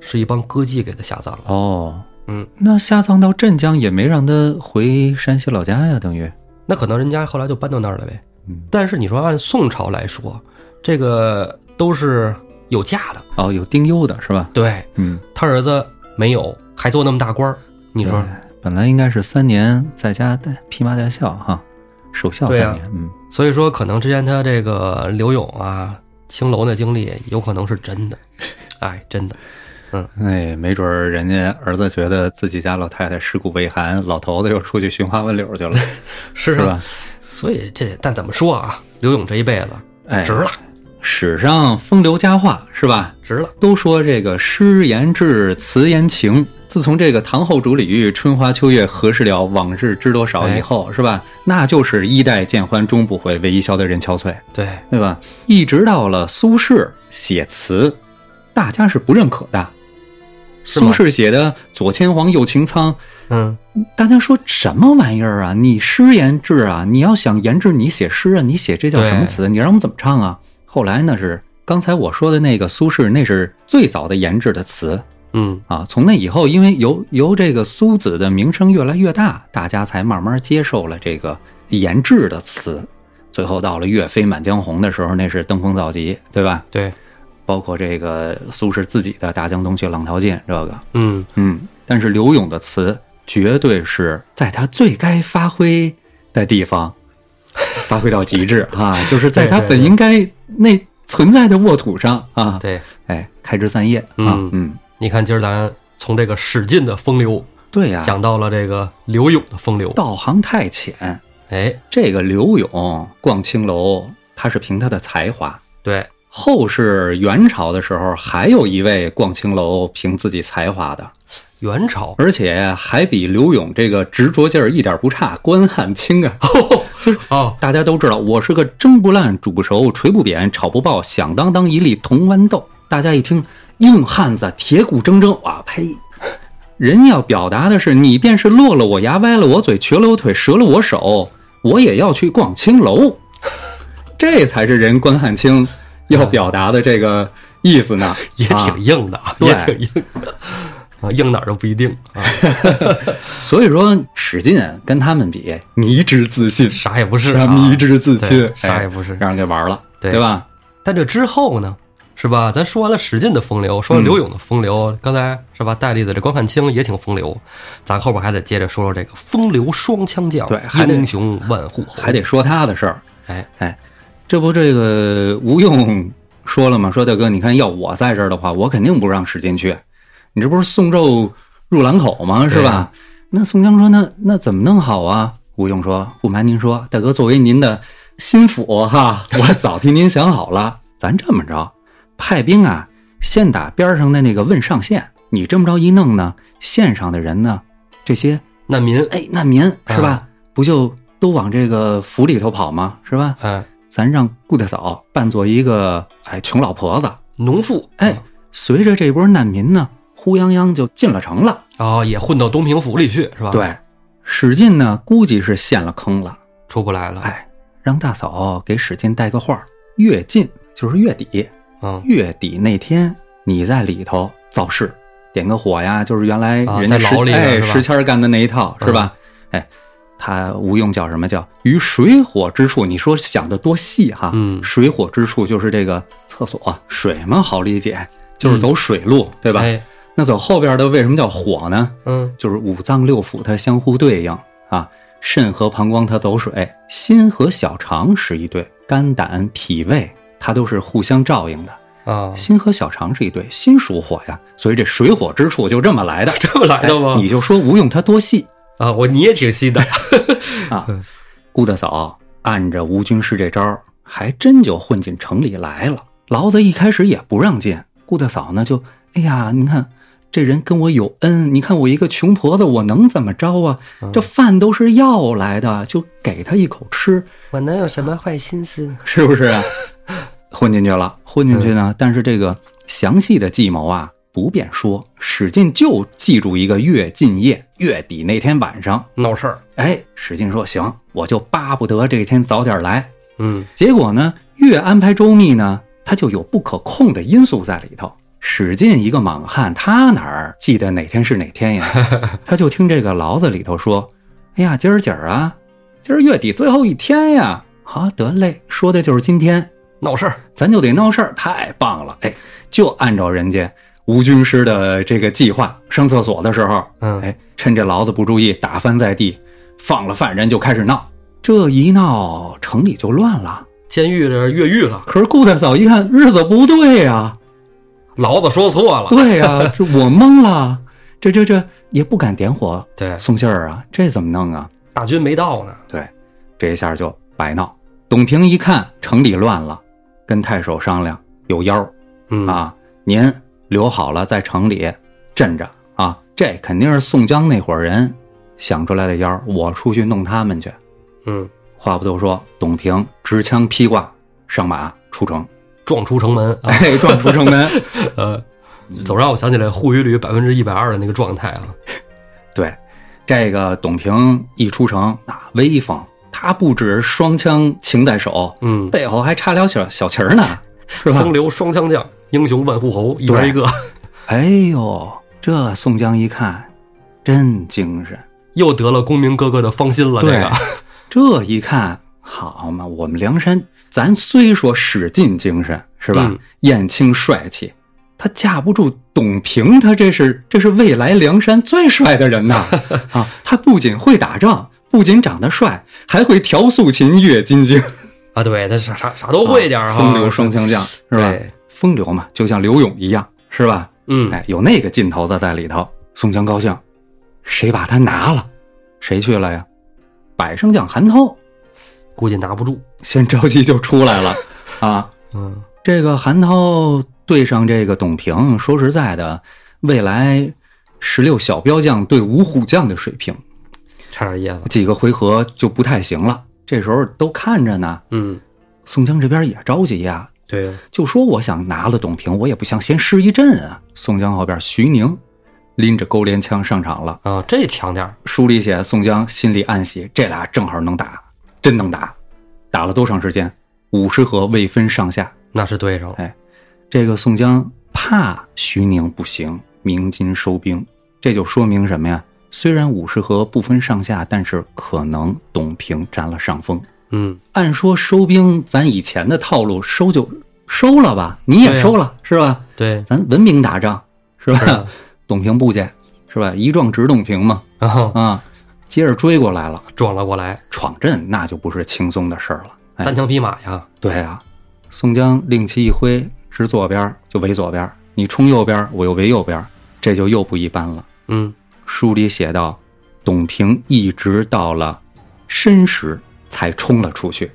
A: 是一帮歌妓给他下葬了。
B: 哦，
A: 嗯，
B: 那下葬到镇江也没让他回山西老家呀，等于，
A: 那可能人家后来就搬到那儿了呗。
B: 嗯，
A: 但是你说按宋朝来说，这个都是有价的。
B: 哦，有丁忧的是吧？
A: 对
B: 嗯，
A: 他儿子没有，还做那么大官儿，你说
B: 对？哎本来应该是三年在家带披麻戴孝哈，守孝
A: 对
B: 三
A: 呀
B: 年，嗯，
A: 所以说可能之前他这个刘勇啊青楼那经历有可能是真的，哎，真的，
B: 哎，没准儿人家儿子觉得自己家老太太尸骨未寒，老头子又出去寻花问柳去了，
A: 是
B: <laughs> 是？吧？
A: 所以这但怎么说啊，刘勇这一辈子
B: 哎
A: 值，了，
B: 史上风流佳话是吧？
A: 值了。
B: 都说这个诗言志，词言情。自从这个唐后主李煜“春花秋月何时了，往日知多少”以后，是吧？那就是一代见欢终不悔，为伊消得人憔悴，
A: 对，
B: 对吧？一直到了苏轼写词，大家是不认可的。
A: 是
B: 苏
A: 吗
B: 轼写的“左牵黄，右擎苍
A: 嗯，”，
B: 大家说什么玩意儿啊？你诗言志啊，你要想言志，你写诗啊，你写这叫什么
A: 对
B: 词？你让我们怎么唱啊？后来呢是刚才我说的那个苏轼，那是最早的言志的词。
A: 嗯，
B: 啊，从那以后，因为由由这个苏子的名声越来越大，大家才慢慢接受了这个言志的词。最后到了岳飞《满江红》的时候，那是登峰造极，对吧？
A: 对，
B: 包括这个苏轼自己的“大江东去，浪淘尽”这个，
A: 嗯，
B: 嗯。但是刘永的词绝对是在他最该发挥的地方发挥到极致啊，就是在他
A: 对对
B: 本
A: 对
B: 应该那存在的沃土上啊，
A: 对，
B: 哎，开枝散叶啊，
A: 嗯
B: 嗯，
A: 你看今儿咱从这个史进的风流
B: 对呀、
A: 讲到了这个刘勇的风流，
B: 道行太浅。
A: 哎，
B: 这个刘永逛青楼，他是凭他的才华。
A: 对，
B: 后世元朝的时候，还有一位逛青楼凭自己才华的，
A: 元朝，
B: 而且还比刘永这个执着劲儿一点不差。关汉卿啊，
A: 哦，
B: 大家都知道，我是个蒸不烂、煮不熟、锤不扁、炒不爆，响当当一粒铜豌豆。大家一听，硬汉子，铁骨铮铮，哇呸！人要表达的是，你便是落了我牙、歪了我嘴、瘸了我腿、折了我手，我也要去逛青楼。 <laughs> 这才是人关汉卿要表达的这个意思呢，
A: <laughs> 也
B: 啊
A: 挺硬的，啊、也挺硬的，啊，硬哪儿都不一定啊，
B: 所以说，史进跟他们比，迷之自信，
A: 啥也不是、啊，
B: 迷之自信
A: 对，啥也不
B: 哎
A: 是。
B: 让人给玩了，
A: 对
B: 对吧？
A: 但这之后呢，是吧？咱说完了史进的风流，说完刘勇的风流，
B: 嗯
A: 刚才是吧？戴例子这关汉卿也挺风流，咱后边还得接着说说这个风流双枪将，
B: 对还得
A: 英雄万户侯，
B: 还得说他的事儿。
A: 哎
B: 哎，这不这个吴用说了吗？说大哥，你看要我在这儿的话，我肯定不让史进去。你这不是送纣入兰口吗？是
A: 对
B: 吧？
A: 啊
B: 那宋江说，那那怎么弄好啊？吴用说，不瞒您说，大哥，作为您的心腹哈，我早替您想好了。咱这么着，派兵啊，先打边上的那个汶上县。你这么着一弄呢，县上的人呢，这些
A: 难民，
B: 哎，难民是吧？不就都往这个府里头跑吗？是吧？
A: 哎，
B: 咱让顾大嫂扮作一个哎穷老婆子，
A: 农妇，
B: 哎，随着这波难民呢，呼泱泱就进了城了。
A: 啊，也混到东平府里去是吧？，
B: 对，史进呢，估计是陷了坑了。
A: 出不来了。
B: 哎，让大嫂给史进带个话儿，月进就是月底，
A: 嗯，
B: 月底那天你在里头造势，点个火呀，就是原来
A: 啊
B: 人家
A: 在
B: 石、
A: 牢里边
B: 哎
A: 是吧嗯
B: 石谦儿干的那一套是吧？哎，他吴用叫什么叫于水火之处？你说想的多细哈？
A: 嗯
B: 水火之处就是这个厕所水嘛，好理解，就是走水路、对吧？
A: 哎，
B: 那走后边的为什么叫火呢？
A: 嗯，
B: 就是五脏六腑它相互对应啊，肾和膀胱它走水，心和小肠是一对，肝胆脾胃它都是互相照应的。
A: 啊，。
B: 心和小肠是一对，心属火呀，所以这水火之处就这么来的
A: 这么来的吗？
B: 哎你就说吴用他多细
A: 啊，我你也挺细的。
B: 啊！顾大嫂按着吴军师这招儿，还真就混进城里来了。牢子一开始也不让进，顾大嫂呢就，哎呀，您看这人跟我有恩，你看我一个穷婆子，我能怎么着啊？
A: 嗯
B: 这饭都是要来的，就给他一口吃，
A: <laughs> 我能有什么坏心思？
B: 是不是啊？ <laughs> 混进去了，混进去呢，但是这个详细的计谋啊不便说，史进就记住一个月进夜，月底那天晚上，
A: 闹事儿。
B: 哎，史进说行，我就巴不得这天早点来。
A: 嗯，
B: 结果呢，越安排周密呢，他就有不可控的因素在里头。史进一个莽汉，他哪儿记得哪天是哪天呀？ <laughs> 他就听这个牢子里头说：“哎呀，今儿姐儿啊，今儿月底最后一天呀！好、得嘞，说的就是今天。”
A: 闹事儿。
B: 咱就得闹事儿，太棒了！哎，就按照人家吴军师的这个计划，上厕所的时候，
A: 嗯，
B: 哎，趁着牢子不注意，打翻在地，放了犯人就开始闹。这一闹，城里就乱了。
A: 监狱这越狱了，
B: 可是顾大嫂一看日子不对呀、
A: 老子说错
B: <laughs>
A: 了。
B: 对呀、这我懵了，这这这也不敢点火
A: 对，
B: 送信儿啊，这怎么弄啊？
A: 大军没到呢。
B: 对，这一下就白闹。董平一看城里乱了，跟太守商量有妖儿，
A: 嗯，
B: 啊，您留好了在城里镇着啊，这肯定是宋江那伙人想出来的妖儿，我出去弄他们去。
A: 嗯，
B: 话不多说，董平执枪披挂上马出城， <laughs>
A: 撞出城门啊，
B: 哎，撞出城门。
A: <laughs> 呃，总让我想起来护鱼率百分之一百二的那个状态啊。
B: 对，这个董平一出城，那威风，他不止双枪擎在手，
A: 嗯，
B: 背后还插俩小小旗儿呢，是吧
A: 风？流双枪将，英雄万户侯，一人一个， <laughs>
B: 哎呦，这宋江一看，真精神。
A: 又得了公明哥哥的芳心啊了。这
B: 对
A: 个， <laughs>
B: 这一看，好嘛，我们梁山，咱虽说使尽精神，是吧？
A: 嗯
B: 燕青帅气，他架不住董平，他这是这是未来梁山最帅的
A: <laughs>
B: 人呐！啊，他不仅会打仗，不仅长得帅，还会调素琴、阅金经，
A: 啊，对，他啥啥啥都会点儿哈，
B: 啊风流双枪将，是吧
A: 对？
B: 风流嘛，就像刘勇一样，是吧？
A: 嗯，
B: 哎，有那个劲头子在里头。宋江高兴，谁把他拿了？谁去了呀？百胜将韩滔。
A: 估计拿不住。
B: 先着急就出来了啊。
A: 嗯，
B: 这个韩涛对上这个董平，说实在的，未来十六小标将对五虎将的水平，
A: 差点意思。
B: 几个回合就不太行了。这时候都看着呢，
A: 嗯，
B: 宋江这边也着急呀、
A: 对呀，
B: 就说我想拿了董平，我也不想先失一阵啊。宋江后边徐宁拎着勾镰枪上场了，
A: 啊，这强点儿，
B: 书里写宋江心里暗喜，这俩正好能打，真能打，打了多长时间？五十合未分上下。
A: 那是对
B: 哎
A: 上了。
B: 这个宋江怕徐宁不行，鸣金收兵，这就说明什么呀？虽然五十合不分上下，但是可能董平占了上风。
A: 嗯，
B: 按说收兵，咱以前的套路收就收了吧，你也收了、是吧？
A: 对，
B: 咱文明打仗是吧？
A: 啊是啊
B: 董平部件是吧？一撞直董平嘛
A: 然后
B: 啊，接着追过来了，
A: 撞了过来，
B: 闯阵那就不是轻松的事儿了。哎
A: 单枪匹马呀。
B: 对啊，宋江令旗一挥，指左边儿就围左边儿，你冲右边儿，我又围右边儿，这就又不一般了。
A: 嗯，
B: 书里写道，董平一直到了申时才冲了出去。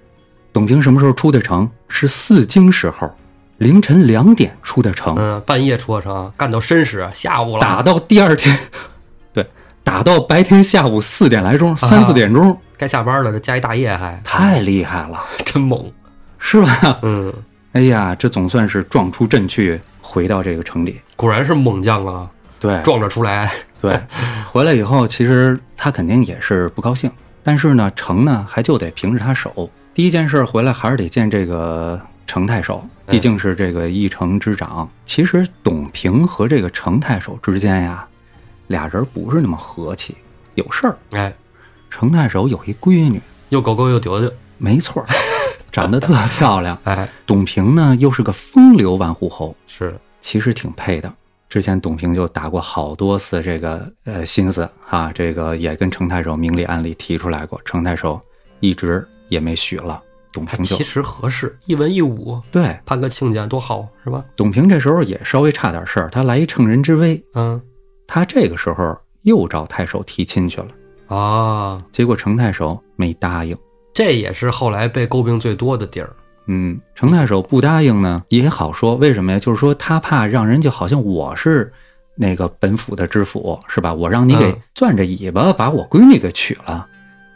B: 董平什么时候出的城？是四更时候，凌晨两点出的城，
A: 嗯，半夜出的城，干到申时，啊下午了。
B: 打到第二天， <laughs> 对，打到白天下午四点来钟，三四点钟，
A: 该下班了，这加一大夜还
B: 太厉害了，
A: 真猛。
B: 是吧？ <laughs>
A: 嗯，
B: 哎呀，这总算是撞出阵去，回到这个城里。
A: 果然是猛将啊，
B: 对，
A: 撞着出来。
B: 对， <laughs> 回来以后，其实他肯定也是不高兴，但是呢，成呢还就得平着他手。第一件事回来还是得见这个程太守，
A: 嗯
B: 毕竟是这个一城之长。其实董平和这个程太守之间呀，俩人不是那么和气，有事儿。
A: 哎，
B: 程太守有一闺女，
A: 又狗狗又丢丢。
B: 没错儿，长得特漂亮。
A: 哎，
B: 董平呢又是个风流万户侯，
A: 是
B: 其实挺配的。之前董平就打过好多次这个呃心思啊，这个也跟程太守明里暗里提出来过，程太守一直也没许了。董
A: 他
B: 平就
A: 其实合适，一文一武，
B: 对
A: 判个亲家多好，是吧？
B: 董平这时候也稍微差点事儿，他来一乘人之危，
A: 嗯
B: 他这个时候又找太守提亲去了，
A: 啊，
B: 结果程太守没答应。
A: 这也是后来被诟病最多的地儿。
B: 嗯，程太守不答应呢，也好说。为什么呀？就是说他怕让人就好像我是那个本府的知府，是吧？我让你给
A: 嗯
B: 攥着尾巴把我闺女给娶了，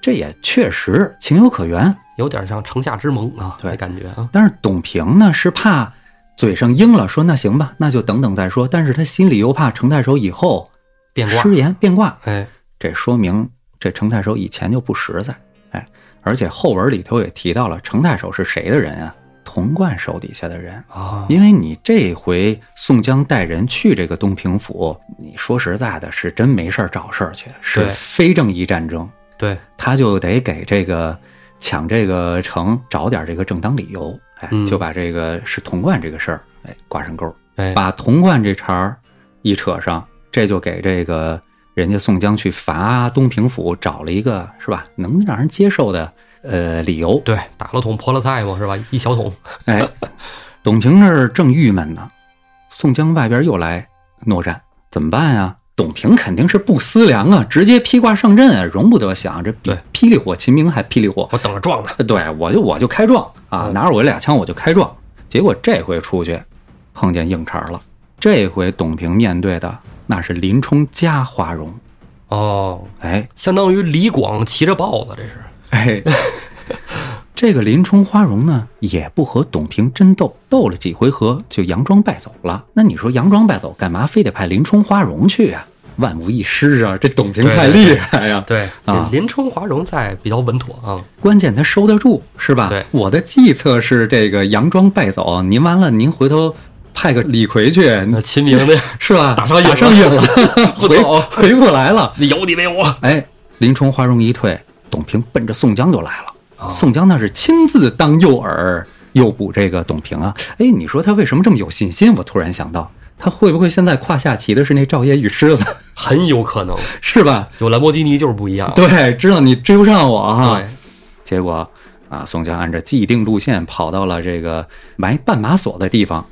B: 这也确实情有可原。
A: 有点像城下之盟啊，
B: 对
A: 那感觉啊，
B: 但是董平呢是怕嘴上应了，说那行吧，那就等等再说。但是他心里又怕程太守以后
A: 变卦。
B: 失言变卦，
A: 哎，
B: 这说明这程太守以前就不实在。哎，而且后文里头也提到了程太守是谁的人啊？童贯手底下的人。
A: 啊，
B: 因为你这回宋江带人去这个东平府，你说实在的，是真没事儿找事儿去，是
A: 对
B: 非正义战争，
A: 对，
B: 他就得给这个抢这个城找点这个正当理由，哎，
A: 嗯
B: 就把这个是童贯这个事儿，哎，挂上钩，
A: 哎，
B: 把童贯这茬儿一扯上，这就给这个人家宋江去伐东平府找了一个是吧，能让人接受的呃理由，
A: 对，打了桶泼了菜嘛，是吧？一小桶。 <laughs>
B: 哎，董平这儿正郁闷呢，宋江外边又来诺战，怎么办呀？董平肯定是不思量啊，直接披挂上阵啊，容不得想，这比
A: 对
B: 霹雳火秦明还霹雳火。
A: 我等着撞呢。
B: 呃对我就我就开撞啊，
A: 嗯
B: 拿着我这俩枪我就开撞。结果这回出去碰见硬茬儿了，这回董平面对的那是林冲加花荣，
A: 哦，
B: 哎，
A: 相当于李广骑着豹子，这是。
B: 哎， <laughs> 这个林冲、花荣呢，也不和董平争斗，斗了几回合就佯装败走了。那你说佯装败走，干嘛非得派林冲、花荣去啊？万无一失啊！这董平
A: 对
B: 太厉害呀、
A: 对，嗯
B: 啊
A: 林冲、华容在比较稳妥啊。
B: 关键他收得住，是吧？
A: 对
B: 我的计策是这个佯装败走，您完了，您回头派个李逵去，
A: 那嗯秦明的
B: 是吧？
A: 打
B: 打
A: 上瘾了
B: 上瘾了，
A: <laughs> 不
B: 回
A: 走
B: 回不来了。
A: 你 <laughs> 有你没我。
B: 哎，林冲、花荣一退，董平奔着宋江就来了。
A: 啊
B: 宋江那是亲自当诱饵诱捕这个董平啊。哎，你说他为什么这么有信心？我突然想到，他会不会现在胯下骑的是那赵掖与狮子，
A: <laughs>
B: <laughs>
A: 很有可能
B: 是吧？
A: 有兰博基尼就是不一 <laughs> 样。
B: 对，知道你追不上我啊。
A: 哦对
B: 结果啊，宋江按照既定路线跑到了这个埋绊马索的地方。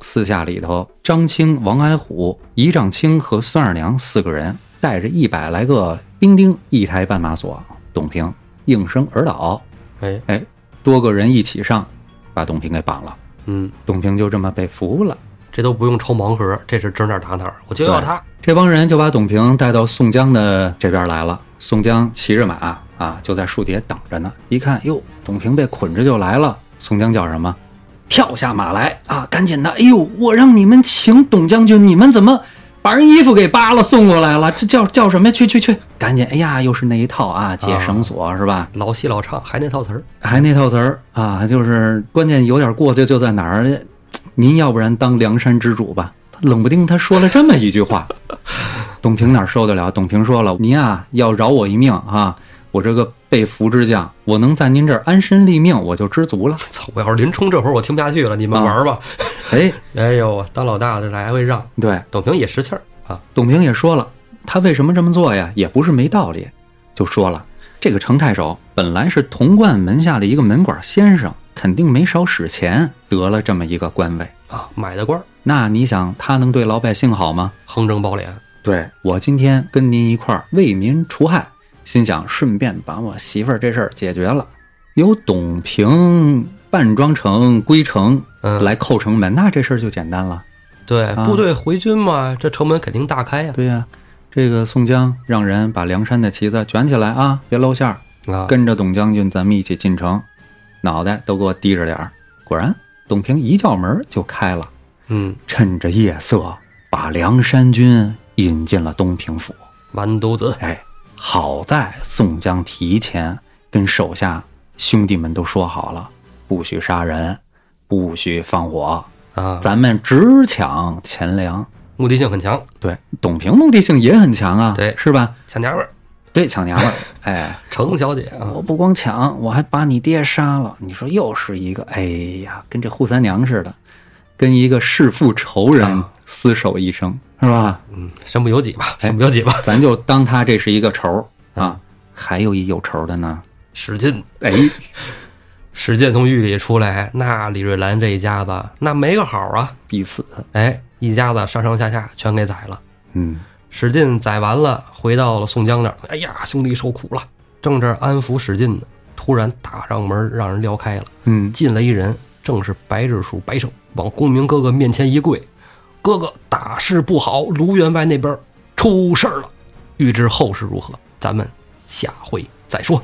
B: 四下里头，张青、王安虎、一丈青和孙二娘四个人带着一百来个兵丁，一台绊马索，董平应声而倒。
A: 哎，
B: 哎，多个人一起上，把董平给绑了。
A: 嗯，
B: 董平就这么被俘了。
A: 这都不用抽盲盒，这是指哪儿打哪儿，我就要他。
B: 这帮人就把董平带到宋江的这边来了。宋江骑着马啊，就在树底下等着呢。一看，哟，董平被捆着就来了。宋江叫什么？跳下马来啊，赶紧的！哎呦，我让你们请董将军，你们怎么把人衣服给扒了送过来了？这叫叫什么呀？去去去，赶紧！哎呀，又是那一套啊，解绳索、是吧？
A: 老戏老唱，还那套词儿，
B: 还那套词儿啊，就是关键有点过就就在哪儿，呃您要不然当梁山之主吧。他冷不丁他说了这么一句话，董平哪受得了？董平说了，您啊要饶我一命啊，我这个被俘之将，我能在您这儿安身立命，我就知足了。
A: 操！我要是林冲这会儿，我听不下去了，你们
B: 啊
A: 玩儿吧。
B: 哎，
A: 哎呦，当老大这来回让，
B: 对，
A: 董平也识趣儿啊。
B: 董平也说了，他为什么这么做呀？也不是没道理，就说了，这个程太守本来是童贯门下的一个门管先生，肯定没少使钱，得了这么一个官位。
A: 啊，买的官儿，
B: 那你想他能对老百姓好吗？
A: 横征暴敛，
B: 对我今天跟您一块儿为民除害，心想顺便把我媳妇儿这事儿解决了。由董平扮装成归城
A: 嗯，
B: 来叩城门，那这事儿就简单了。
A: 对，
B: 啊
A: 部队回军嘛，这城门肯定大开呀。
B: 对呀、这个宋江让人把梁山的旗子卷起来啊，别露馅儿，
A: 啊，
B: 跟着董将军咱们一起进城，脑袋都给我低着点儿。果然，董平一叫门儿就开了，
A: 嗯，
B: 趁着夜色把梁山军引进了东平府。
A: 完犊子，
B: 哎，好在宋江提前跟手下兄弟们都说好了，不许杀人，不许放火，
A: 啊，
B: 咱们只抢钱粮。
A: 目的性很强，
B: 对，董平目的性也很强啊，
A: 对
B: 是吧？
A: 抢娘们儿，
B: 对，抢娘们儿， <laughs> 哎，
A: 程小姐啊，
B: 我不光抢，我还把你爹杀了。你说又是一个，哎呀，跟这扈三娘似的，跟一个弑父仇人
A: 啊
B: 厮守一生，是吧？
A: 嗯，身不由己吧，
B: 哎
A: 身不由己吧，
B: 咱就当他这是一个仇儿啊。还有一有仇的呢，
A: 史进，
B: 哎，
A: 史进从狱里出来，那李瑞兰这一家子那没个好啊，
B: 必死。
A: 哎，一家子上上下下全给宰了。
B: 嗯，
A: 史进宰完了，回到了宋江那儿。哎呀，兄弟受苦了！正这儿安抚史进呢，突然打上门让人撩开了，
B: 嗯，
A: 进来一人，正是白日鼠白胜，往公明哥哥面前一跪：“哥哥，大事不好，卢员外那边出事儿了。”欲知后事如何，咱们下回再说。